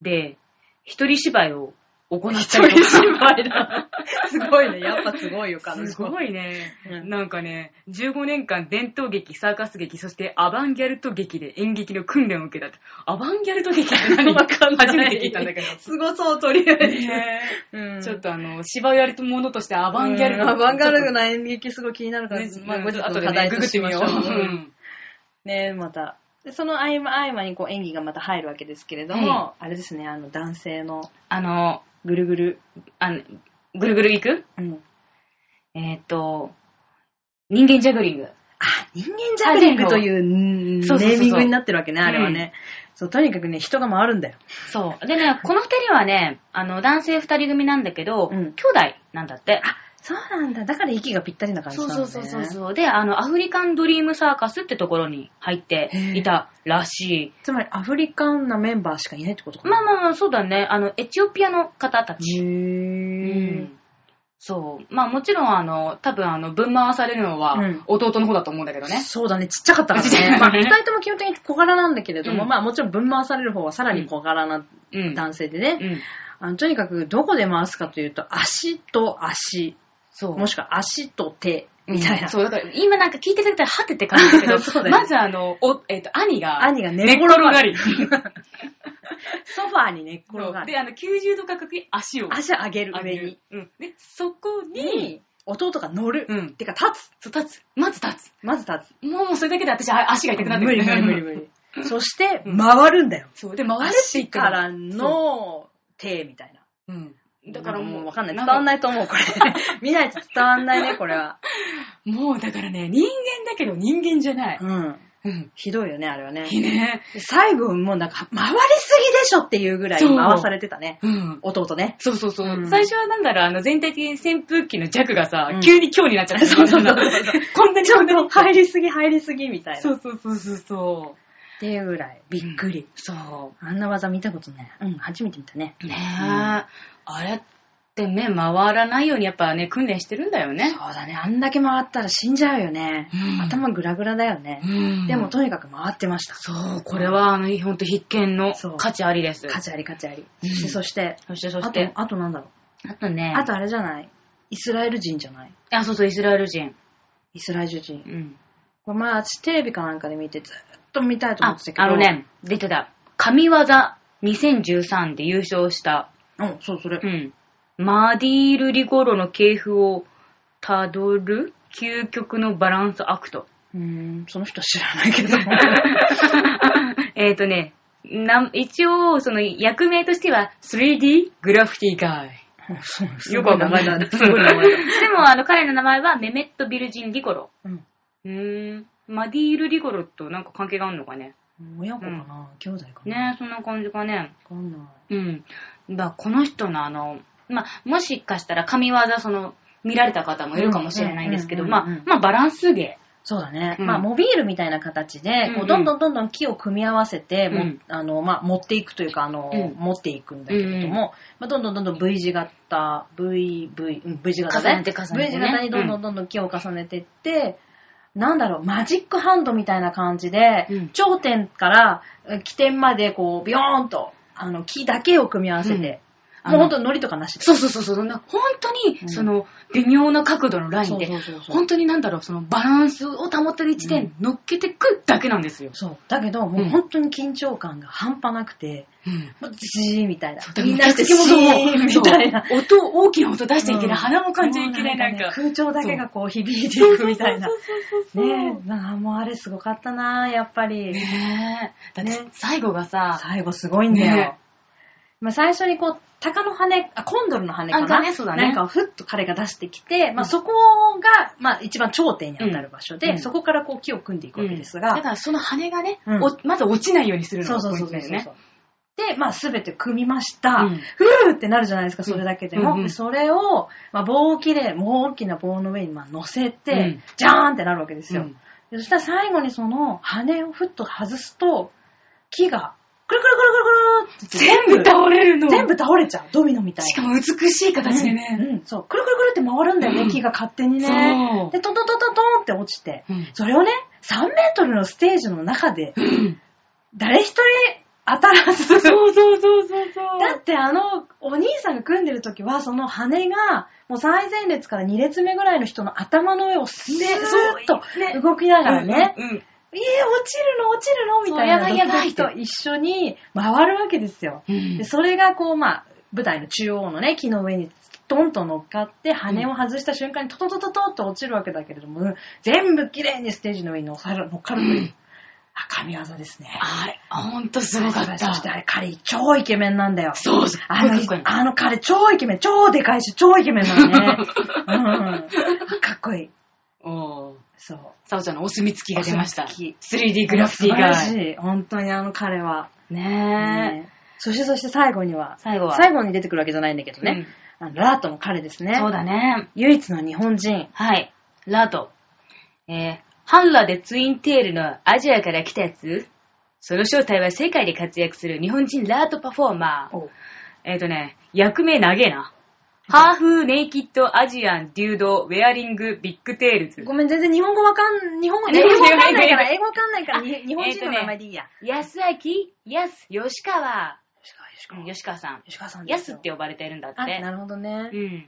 [SPEAKER 1] で、一人芝居を行ったりとか。
[SPEAKER 2] 居だ。 すごいね。やっぱすごいよ、彼女。
[SPEAKER 1] すごいね。
[SPEAKER 2] うん
[SPEAKER 1] なんかね、15年間伝統劇、サーカス劇、そしてアバンギャルト劇で演劇の訓練を受けたって。アバンギャルト劇って何
[SPEAKER 2] わかんない
[SPEAKER 1] 初めて聞いたんだけど。
[SPEAKER 2] すごそう、とりあえず。
[SPEAKER 1] ね
[SPEAKER 2] うん
[SPEAKER 1] ちょっとあの、芝居やりとものとしてア
[SPEAKER 2] ア
[SPEAKER 1] バンギャルト。
[SPEAKER 2] アバンギャル
[SPEAKER 1] ちょっ
[SPEAKER 2] な演劇すごい気になる
[SPEAKER 1] と
[SPEAKER 2] から
[SPEAKER 1] ね、
[SPEAKER 2] まあ、後日の
[SPEAKER 1] あとで
[SPEAKER 2] 課
[SPEAKER 1] ね、
[SPEAKER 2] 題
[SPEAKER 1] グ
[SPEAKER 2] と
[SPEAKER 1] グっ
[SPEAKER 2] して
[SPEAKER 1] み
[SPEAKER 2] まし
[SPEAKER 1] よ
[SPEAKER 2] ょ
[SPEAKER 1] う。
[SPEAKER 2] う。
[SPEAKER 1] う
[SPEAKER 2] うん
[SPEAKER 1] ん
[SPEAKER 2] ねまた。でその合間合間にこう演技がまた入るわけですけれど
[SPEAKER 1] は
[SPEAKER 2] も、あれですね、あの男性の
[SPEAKER 1] あの、
[SPEAKER 2] ぐるぐる。
[SPEAKER 1] あの、ぐるぐる行く
[SPEAKER 2] うん。
[SPEAKER 1] えーっと、人間ジャグリング。
[SPEAKER 2] あ、人間ジャグリングといううんネ
[SPEAKER 1] そうそうそうそう
[SPEAKER 2] ーミングになってるわけね、あれはね。そう、とにかくね、人が回るんだよ。
[SPEAKER 1] そう。でね、この二人はね、あの、男性二人組なんだけど、
[SPEAKER 2] うん
[SPEAKER 1] 兄弟なんだって。
[SPEAKER 2] そうなんだ。だから息がぴったりな感じ
[SPEAKER 1] そ
[SPEAKER 2] な
[SPEAKER 1] うん
[SPEAKER 2] だ
[SPEAKER 1] そ
[SPEAKER 2] ね。
[SPEAKER 1] うそうそうそう。で、あの、アフリカンドリームサーカスってところに入っていたらし
[SPEAKER 2] つまりアフリカンなメンバーしかいないってこと
[SPEAKER 1] い。
[SPEAKER 2] か
[SPEAKER 1] ま
[SPEAKER 2] な。
[SPEAKER 1] あまあまあ、そうだね。あの、エチオピアの方た
[SPEAKER 2] へ
[SPEAKER 1] ち。う
[SPEAKER 2] ー。
[SPEAKER 1] ん。そう。まあもちろん、あの、多分、あの、ぶん回されるのは
[SPEAKER 2] うん、
[SPEAKER 1] 弟の方だと思うんだけどね。
[SPEAKER 2] そうだね、ちっちゃかったから
[SPEAKER 1] ちっちゃい
[SPEAKER 2] ね。まあ、
[SPEAKER 1] ね
[SPEAKER 2] 二人とも基本的に小柄なんだけれども、
[SPEAKER 1] うん
[SPEAKER 2] まあ、もちろん分回される方はさらに小柄な
[SPEAKER 1] うん。
[SPEAKER 2] 男性でね、
[SPEAKER 1] うん。
[SPEAKER 2] あのとにかくどこで回すかというと、足と足、
[SPEAKER 1] そう。
[SPEAKER 2] もしくは足と手、みたいな。
[SPEAKER 1] うんそう、だから今なんか聞いていただいたら、はてって感じだけ
[SPEAKER 2] そう
[SPEAKER 1] ど、
[SPEAKER 2] だよね
[SPEAKER 1] まずあの、お、えっと、兄が、
[SPEAKER 2] 兄が寝
[SPEAKER 1] 寝
[SPEAKER 2] 転
[SPEAKER 1] 転
[SPEAKER 2] が
[SPEAKER 1] が
[SPEAKER 2] る。
[SPEAKER 1] り。
[SPEAKER 2] ソファーに寝っ
[SPEAKER 1] そ
[SPEAKER 2] 転が
[SPEAKER 1] う
[SPEAKER 2] る。
[SPEAKER 1] で、あの、90度角に足を
[SPEAKER 2] 足上げる
[SPEAKER 1] 上
[SPEAKER 2] 上
[SPEAKER 1] げ
[SPEAKER 2] に
[SPEAKER 1] る。。うん。で、そこに、
[SPEAKER 2] に、弟が乗る。
[SPEAKER 1] うん。
[SPEAKER 2] てか、立つ。
[SPEAKER 1] そう、立つ。まず立つ。
[SPEAKER 2] まず立つ。
[SPEAKER 1] もうもうそれだけで私あ足が痛くなって
[SPEAKER 2] 無
[SPEAKER 1] くる
[SPEAKER 2] 理無理無理無理。そして、回るんだよ。
[SPEAKER 1] そう、で、回るって言
[SPEAKER 2] 足
[SPEAKER 1] って
[SPEAKER 2] か
[SPEAKER 1] も
[SPEAKER 2] らの手みたいな。
[SPEAKER 1] うん。だからもう、
[SPEAKER 2] わかんない。伝わん
[SPEAKER 1] い。
[SPEAKER 2] ないと思う、 これ。見ないと伝わんないね、これは。
[SPEAKER 1] もうだからね、人間だけど人間じゃない。
[SPEAKER 2] うん。
[SPEAKER 1] うん。
[SPEAKER 2] ひどいよね、あれはね。
[SPEAKER 1] ね。
[SPEAKER 2] 最後、もうなんか、回りすぎでしょっていうぐらい
[SPEAKER 1] そう
[SPEAKER 2] 回されてたね。
[SPEAKER 1] うん。
[SPEAKER 2] 弟ね。
[SPEAKER 1] そうそうそう。
[SPEAKER 2] うん
[SPEAKER 1] 最初はなんだろう、あの、全体的に扇風機の弱がさ、
[SPEAKER 2] うん
[SPEAKER 1] 急に強になっちゃった。
[SPEAKER 2] そうそうそ う
[SPEAKER 1] こんなに
[SPEAKER 2] ち
[SPEAKER 1] こ
[SPEAKER 2] ょ
[SPEAKER 1] ん
[SPEAKER 2] っ
[SPEAKER 1] な
[SPEAKER 2] と
[SPEAKER 1] に。
[SPEAKER 2] 入りすぎ、入りすぎみたいな。
[SPEAKER 1] そ
[SPEAKER 2] っ
[SPEAKER 1] うそうそうそうそう。
[SPEAKER 2] ていうぐらい、びっくり。
[SPEAKER 1] そ
[SPEAKER 2] あんな技見たことない。うん、初めて見たね。
[SPEAKER 1] う。ねえ、あれって目回らないようにやっぱね、訓練してるんだよね。
[SPEAKER 2] そうだね、あんだけ回ったら死んじゃうよね。
[SPEAKER 1] うん
[SPEAKER 2] 頭グラグラだよね。
[SPEAKER 1] うん
[SPEAKER 2] でも、とにかく回ってました。
[SPEAKER 1] そう、これは、あの、ほんと必見の
[SPEAKER 2] そう
[SPEAKER 1] 価値ありです。
[SPEAKER 2] カチャリカチャリ。
[SPEAKER 1] うん
[SPEAKER 2] そして、そし
[SPEAKER 1] そして、
[SPEAKER 2] て、
[SPEAKER 1] そ
[SPEAKER 2] あ
[SPEAKER 1] し
[SPEAKER 2] と
[SPEAKER 1] て、、
[SPEAKER 2] あとなんだろう。
[SPEAKER 1] あとね、
[SPEAKER 2] あとあれじゃないイスラエル人じゃない
[SPEAKER 1] あ、そうそう、イスラエル人。
[SPEAKER 2] イスラエル人
[SPEAKER 1] う。ん。
[SPEAKER 2] これ前、私テレビかなんかで見てずっと見たいと思
[SPEAKER 1] あ
[SPEAKER 2] ってたけど。
[SPEAKER 1] あの。ね、出てた。神業2013で優勝した、
[SPEAKER 2] うん、そう、それ
[SPEAKER 1] う。ん。マディール・リゴロの系譜をたどる究極のバランスアクト。
[SPEAKER 2] うーん、その人知らないけど。
[SPEAKER 1] えっとね、なん一応、その役名としては 3D グラフィティガイ。よくわかんない。
[SPEAKER 2] だ。
[SPEAKER 1] すごい名前だ。でも、あの、彼の名前はメメット・ビルジン・リゴロ。
[SPEAKER 2] うん。
[SPEAKER 1] うーん。マディール・リゴロとなんか関係があるのかね。
[SPEAKER 2] 親子かな、兄弟かな。
[SPEAKER 1] ねえ、そんな感じかね。
[SPEAKER 2] わかんない。
[SPEAKER 1] うん。だこの人のあの、まあ、もしかしたら神業、その、見られた方もいるかもしれないんですけど、
[SPEAKER 2] うんうん
[SPEAKER 1] まあ
[SPEAKER 2] うんうん、
[SPEAKER 1] まあ、バランス芸。
[SPEAKER 2] そうだね。
[SPEAKER 1] うん
[SPEAKER 2] まあ、モビールみたいな形
[SPEAKER 1] う
[SPEAKER 2] で、こ
[SPEAKER 1] んうん
[SPEAKER 2] う、どんどんどんどん木を組み合わせて、も
[SPEAKER 1] うん
[SPEAKER 2] あの、まあ、持っていくというか、あの、
[SPEAKER 1] うん
[SPEAKER 2] 持っていくんだけれども、まあ、どんどんどんどん V 字型、V、V、うん V 字型ね。
[SPEAKER 1] 重ねて重ねてね
[SPEAKER 2] V 字型にどんどんどんどん木を重ねていって、なんだろう、マジックハンドみたいな感じで、
[SPEAKER 1] うん
[SPEAKER 2] 頂点からえ起点まで、こう、ビヨーンと、あの、木だけを組み合わせて、
[SPEAKER 1] うんあ
[SPEAKER 2] もう
[SPEAKER 1] の
[SPEAKER 2] 本当に糊とかなしで。
[SPEAKER 1] そうそうそうそう、そんな本当
[SPEAKER 2] う
[SPEAKER 1] に、
[SPEAKER 2] ん
[SPEAKER 1] その、微妙な角度のライン
[SPEAKER 2] そう
[SPEAKER 1] で
[SPEAKER 2] そ、うそうそう。
[SPEAKER 1] 本当になんだろう、そのバランスを保ってる一点、乗っけてくだけなんですよ。
[SPEAKER 2] そう。だけど、もう本当に緊張感が半端なくて、
[SPEAKER 1] うん。
[SPEAKER 2] もうジーみたいな
[SPEAKER 1] そうだ。から
[SPEAKER 2] みんなしてシ
[SPEAKER 1] 客席も
[SPEAKER 2] ーンみたいな。
[SPEAKER 1] そう音、大きな音出していけない。
[SPEAKER 2] うん
[SPEAKER 1] 鼻も感じいけない、なんか。
[SPEAKER 2] 空調だけがこう響いていくみたいな。ね
[SPEAKER 1] そう
[SPEAKER 2] え、なあもうあれすごかったなやっぱり。
[SPEAKER 1] ねえ。だって
[SPEAKER 2] ね
[SPEAKER 1] 最後がさ、
[SPEAKER 2] 最後すごいんだよ。
[SPEAKER 1] ね
[SPEAKER 2] まあ、最初にこう、鷹の羽、あ、コンドルの羽か
[SPEAKER 1] あだ
[SPEAKER 2] な。
[SPEAKER 1] ねそうだね
[SPEAKER 2] なんかふっと彼が出してきて、ま
[SPEAKER 1] うん
[SPEAKER 2] あ、そこが、まあ、一番頂点に当たる場所で、
[SPEAKER 1] うん
[SPEAKER 2] そこからこう木を組んでいくわけで
[SPEAKER 1] だ
[SPEAKER 2] すが、
[SPEAKER 1] からその羽がね、
[SPEAKER 2] うん
[SPEAKER 1] おまず落ちないようにするの
[SPEAKER 2] そ
[SPEAKER 1] が
[SPEAKER 2] うそう
[SPEAKER 1] ポイ
[SPEAKER 2] そ
[SPEAKER 1] ン
[SPEAKER 2] う
[SPEAKER 1] ト
[SPEAKER 2] そ
[SPEAKER 1] だ
[SPEAKER 2] う
[SPEAKER 1] よ
[SPEAKER 2] そう、
[SPEAKER 1] ね。
[SPEAKER 2] で、まあ、すべて組みました。
[SPEAKER 1] うん
[SPEAKER 2] ふーってなるじゃないですか、それだけでも。
[SPEAKER 1] うんうん
[SPEAKER 2] でそれを、まあ、棒を切れ、もう大きな棒の上にまあ乗せて、
[SPEAKER 1] うん
[SPEAKER 2] ジャーンってなるわけですよ。
[SPEAKER 1] うん
[SPEAKER 2] でそしたら最後にその羽をふっと外すと、木が、くるくるくるくるくるって
[SPEAKER 1] 全部倒れるの。
[SPEAKER 2] 全部倒れちゃう。ドミノみたいな。
[SPEAKER 1] しかも美しい形で
[SPEAKER 2] うん
[SPEAKER 1] ね。
[SPEAKER 2] うん、そう。くるくるくるって回るんだよね、
[SPEAKER 1] うん
[SPEAKER 2] 木が勝手に
[SPEAKER 1] そ
[SPEAKER 2] ね
[SPEAKER 1] う。
[SPEAKER 2] で、トントントントントンって落ちて。
[SPEAKER 1] うん
[SPEAKER 2] それをね、3メートルのステージの中で、
[SPEAKER 1] うん
[SPEAKER 2] 誰一人当たらず。
[SPEAKER 1] そうそうそうそうそう。
[SPEAKER 2] だってあの、お兄さんが組んでる時は、その羽が、もう最前列から2列目ぐらいの人の頭の上をすーっと動きながらね、
[SPEAKER 1] うんうん
[SPEAKER 2] えー、落ちるの落ちるのみたいな。
[SPEAKER 1] そうやばいやばい
[SPEAKER 2] ドキドキと一緒に回るわけですよ。
[SPEAKER 1] うん
[SPEAKER 2] でそれがこう、まあ、舞台の中央のね、木の上にドンと乗っかって、羽を外した瞬間にトトトトトンと落ちるわけだけれども、全部綺麗にステージの上に乗っかる乗っかるという。あ、神業ですね。
[SPEAKER 1] あれ、ほんとすごかっ
[SPEAKER 2] そして
[SPEAKER 1] た。
[SPEAKER 2] あれ、彼、超イケメンなんだよ。
[SPEAKER 1] そうそう。
[SPEAKER 2] あの
[SPEAKER 1] かっこいい、
[SPEAKER 2] あの彼、超イケメン、超でかいし、超イケメンな のね。うん。かっこいい。
[SPEAKER 1] おー
[SPEAKER 2] そう。
[SPEAKER 1] さおちゃんのお墨付きが出ました。
[SPEAKER 2] お墨
[SPEAKER 1] 3D グラフィティ
[SPEAKER 2] 素晴
[SPEAKER 1] が。
[SPEAKER 2] らしい。本当にあの彼は。
[SPEAKER 1] ねえ。
[SPEAKER 2] ねそしてそして最後には、
[SPEAKER 1] 最後は。
[SPEAKER 2] 最後に出てくるわけじゃないんだけどね。あのラートの彼ですね。
[SPEAKER 1] そうだね。
[SPEAKER 2] 唯一の日本人。
[SPEAKER 1] はい。ラート。えー、ハンラでツインテールのアジアから来たやつその正体は世界で活躍する日本人ラートパフォーマー。えっ、とね、役名長えな。ハーフネイキッドアジアンデュードウェアリングビッグテールズ。
[SPEAKER 2] ごめん、全然日本語わかん、日 本語、
[SPEAKER 1] ね
[SPEAKER 2] 英語わかんないか
[SPEAKER 1] ね
[SPEAKER 2] ら、英語わかんないから、に日本人の名前でいいや。
[SPEAKER 1] 安明、安、吉川。
[SPEAKER 2] 吉川、吉
[SPEAKER 1] うん
[SPEAKER 2] 川。
[SPEAKER 1] 吉川さん。
[SPEAKER 2] 吉川さんで
[SPEAKER 1] 安
[SPEAKER 2] すよ
[SPEAKER 1] って呼ばれてるんだっ
[SPEAKER 2] あ、
[SPEAKER 1] て
[SPEAKER 2] な。るほどね
[SPEAKER 1] う。ん。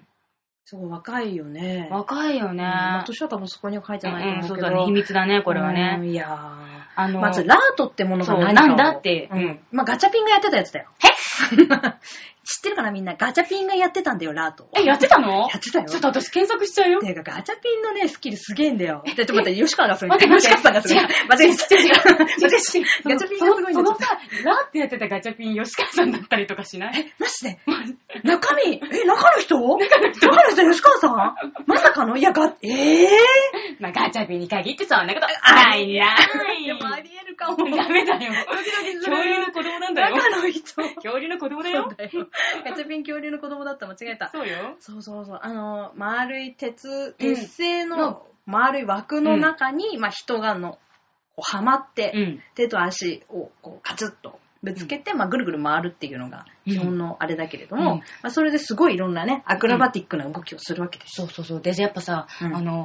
[SPEAKER 2] すごい若いよね。
[SPEAKER 1] 若いよね。
[SPEAKER 2] まあ、年は多分そこには書いてない
[SPEAKER 1] うん
[SPEAKER 2] と
[SPEAKER 1] そう
[SPEAKER 2] 思
[SPEAKER 1] だ
[SPEAKER 2] うけど。
[SPEAKER 1] ね。秘密だね、これは
[SPEAKER 2] う
[SPEAKER 1] ね。
[SPEAKER 2] んいやー
[SPEAKER 1] あの、
[SPEAKER 2] まず、ラートってものが何かを
[SPEAKER 1] そうなんだって
[SPEAKER 2] うん
[SPEAKER 1] うん
[SPEAKER 2] まあ、ガチャピンがやってたやつだよ。
[SPEAKER 1] え
[SPEAKER 2] 知ってるかなみんな。ガチャピンがやってたんだよ、ラート。
[SPEAKER 1] え、やってたの
[SPEAKER 2] やってたよ
[SPEAKER 1] ちょっと私検索しちゃうよ。
[SPEAKER 2] ていうか、ガチャピンのね、スキルすげえんだよ。でちょっと待って、吉川 がすごいん
[SPEAKER 1] 待って、
[SPEAKER 2] だよ。吉川さんがすごいんだよ。間
[SPEAKER 1] 違う
[SPEAKER 2] 違えた
[SPEAKER 1] 違う違う
[SPEAKER 2] 間違え
[SPEAKER 1] 違う違う
[SPEAKER 2] たガチャピンがすごいん
[SPEAKER 1] そ
[SPEAKER 2] だよ。
[SPEAKER 1] のさ、ラーってやってたガチャピン、吉川さんだったりとかしない
[SPEAKER 2] マジで中身、え、中の人中の人、吉川さんまさかのいや、が、えぇ、ー、
[SPEAKER 1] まあ、ガチャピンに限ってそんなこと。
[SPEAKER 2] あ
[SPEAKER 1] ないない。
[SPEAKER 2] でもありえるか も。
[SPEAKER 1] ダメだよ。
[SPEAKER 2] 々する
[SPEAKER 1] 恐竜の子供なんだよ。
[SPEAKER 2] 中の人。
[SPEAKER 1] 恐竜の子供だ
[SPEAKER 2] そ
[SPEAKER 1] よ
[SPEAKER 2] う。だよ。ガチャピン恐竜の子供だった、間違えた。
[SPEAKER 1] そうよ。
[SPEAKER 2] そうそうそう。あの、丸い鉄、鉄製の丸い枠の中に、まあ人がの、こうはまって、
[SPEAKER 1] うん。
[SPEAKER 2] 手と足をこうカツッとぶつけて、まあ、ぐるぐる回るっていうのが
[SPEAKER 1] うん
[SPEAKER 2] 基本のあれだけれど
[SPEAKER 1] う
[SPEAKER 2] も、
[SPEAKER 1] ん
[SPEAKER 2] まあ、それですごいいろんなねアクロバティックな動きをするわけです。
[SPEAKER 1] そうそうそう。で、やっぱさ、
[SPEAKER 2] うん
[SPEAKER 1] あの、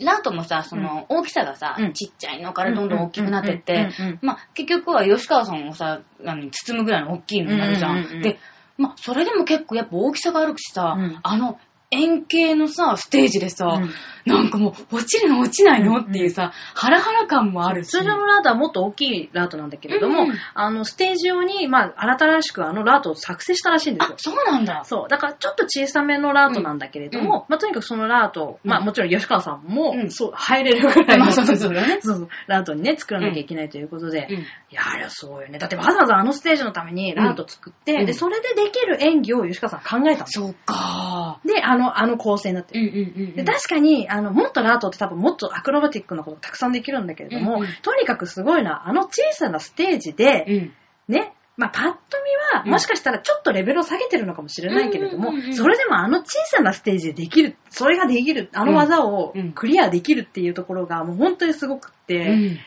[SPEAKER 1] ラートもさ、その、大きさがさ、
[SPEAKER 2] うん
[SPEAKER 1] ちっちゃいのからどんどん大きくなってっ
[SPEAKER 2] うん
[SPEAKER 1] て
[SPEAKER 2] うんうんうん、
[SPEAKER 1] まあ、結局は吉川さんをさ、あの包むぐらいの大きいのになるじゃん。
[SPEAKER 2] うんうんうんうん
[SPEAKER 1] で、まあ、それでも結構やっぱ大きさがあるしさ、
[SPEAKER 2] うん
[SPEAKER 1] あの、円形のさ、ステージでさ、
[SPEAKER 2] うん
[SPEAKER 1] なんかもう、落ちるの落ちないのっていうさ、ハラハラ感もあるし。
[SPEAKER 2] 通常のラートはもっと大きいラートなんだけれども、
[SPEAKER 1] うん
[SPEAKER 2] あの、ステージ用に、まあ、新しくあのラートを作成したらしいんです
[SPEAKER 1] あ
[SPEAKER 2] よ、。
[SPEAKER 1] そうなんだ。
[SPEAKER 2] そう。だから、ちょっと小さめのラートなんだけれども、まあ、とにかくそのラートを、
[SPEAKER 1] うん
[SPEAKER 2] まあ、もちろん吉川さんも、
[SPEAKER 1] うん
[SPEAKER 2] そう、入れるぐら い
[SPEAKER 1] ま
[SPEAKER 2] の、
[SPEAKER 1] あそうそうそう
[SPEAKER 2] ね。そうそう。ラートにね、作らなきゃいけないということで、
[SPEAKER 1] うん
[SPEAKER 2] いや、あれはそうよね。だってわざわざあのステージのためにラート作って、
[SPEAKER 1] うん
[SPEAKER 2] で、それでできる演技を吉川さん考えたんです
[SPEAKER 1] そうか
[SPEAKER 2] で、あの、あの構成になってる
[SPEAKER 1] うんうんうんうん。
[SPEAKER 2] で確かにあのもっとラートって多分もっとアクロバティックなことたくさんできるんだけれども、
[SPEAKER 1] うんうん
[SPEAKER 2] とにかくすごいなあの小さなステージで、
[SPEAKER 1] うん。
[SPEAKER 2] ねまあ、パッと見は、
[SPEAKER 1] うん
[SPEAKER 2] もしかしたらちょっとレベルを下げてるのかもしれないけれども、
[SPEAKER 1] うんうんうんうん
[SPEAKER 2] それでもあの小さなステージでできる、それができる、あの技を
[SPEAKER 1] うんうん
[SPEAKER 2] クリアできるっていうところがもう本当にすごくって、
[SPEAKER 1] う
[SPEAKER 2] えー
[SPEAKER 1] ん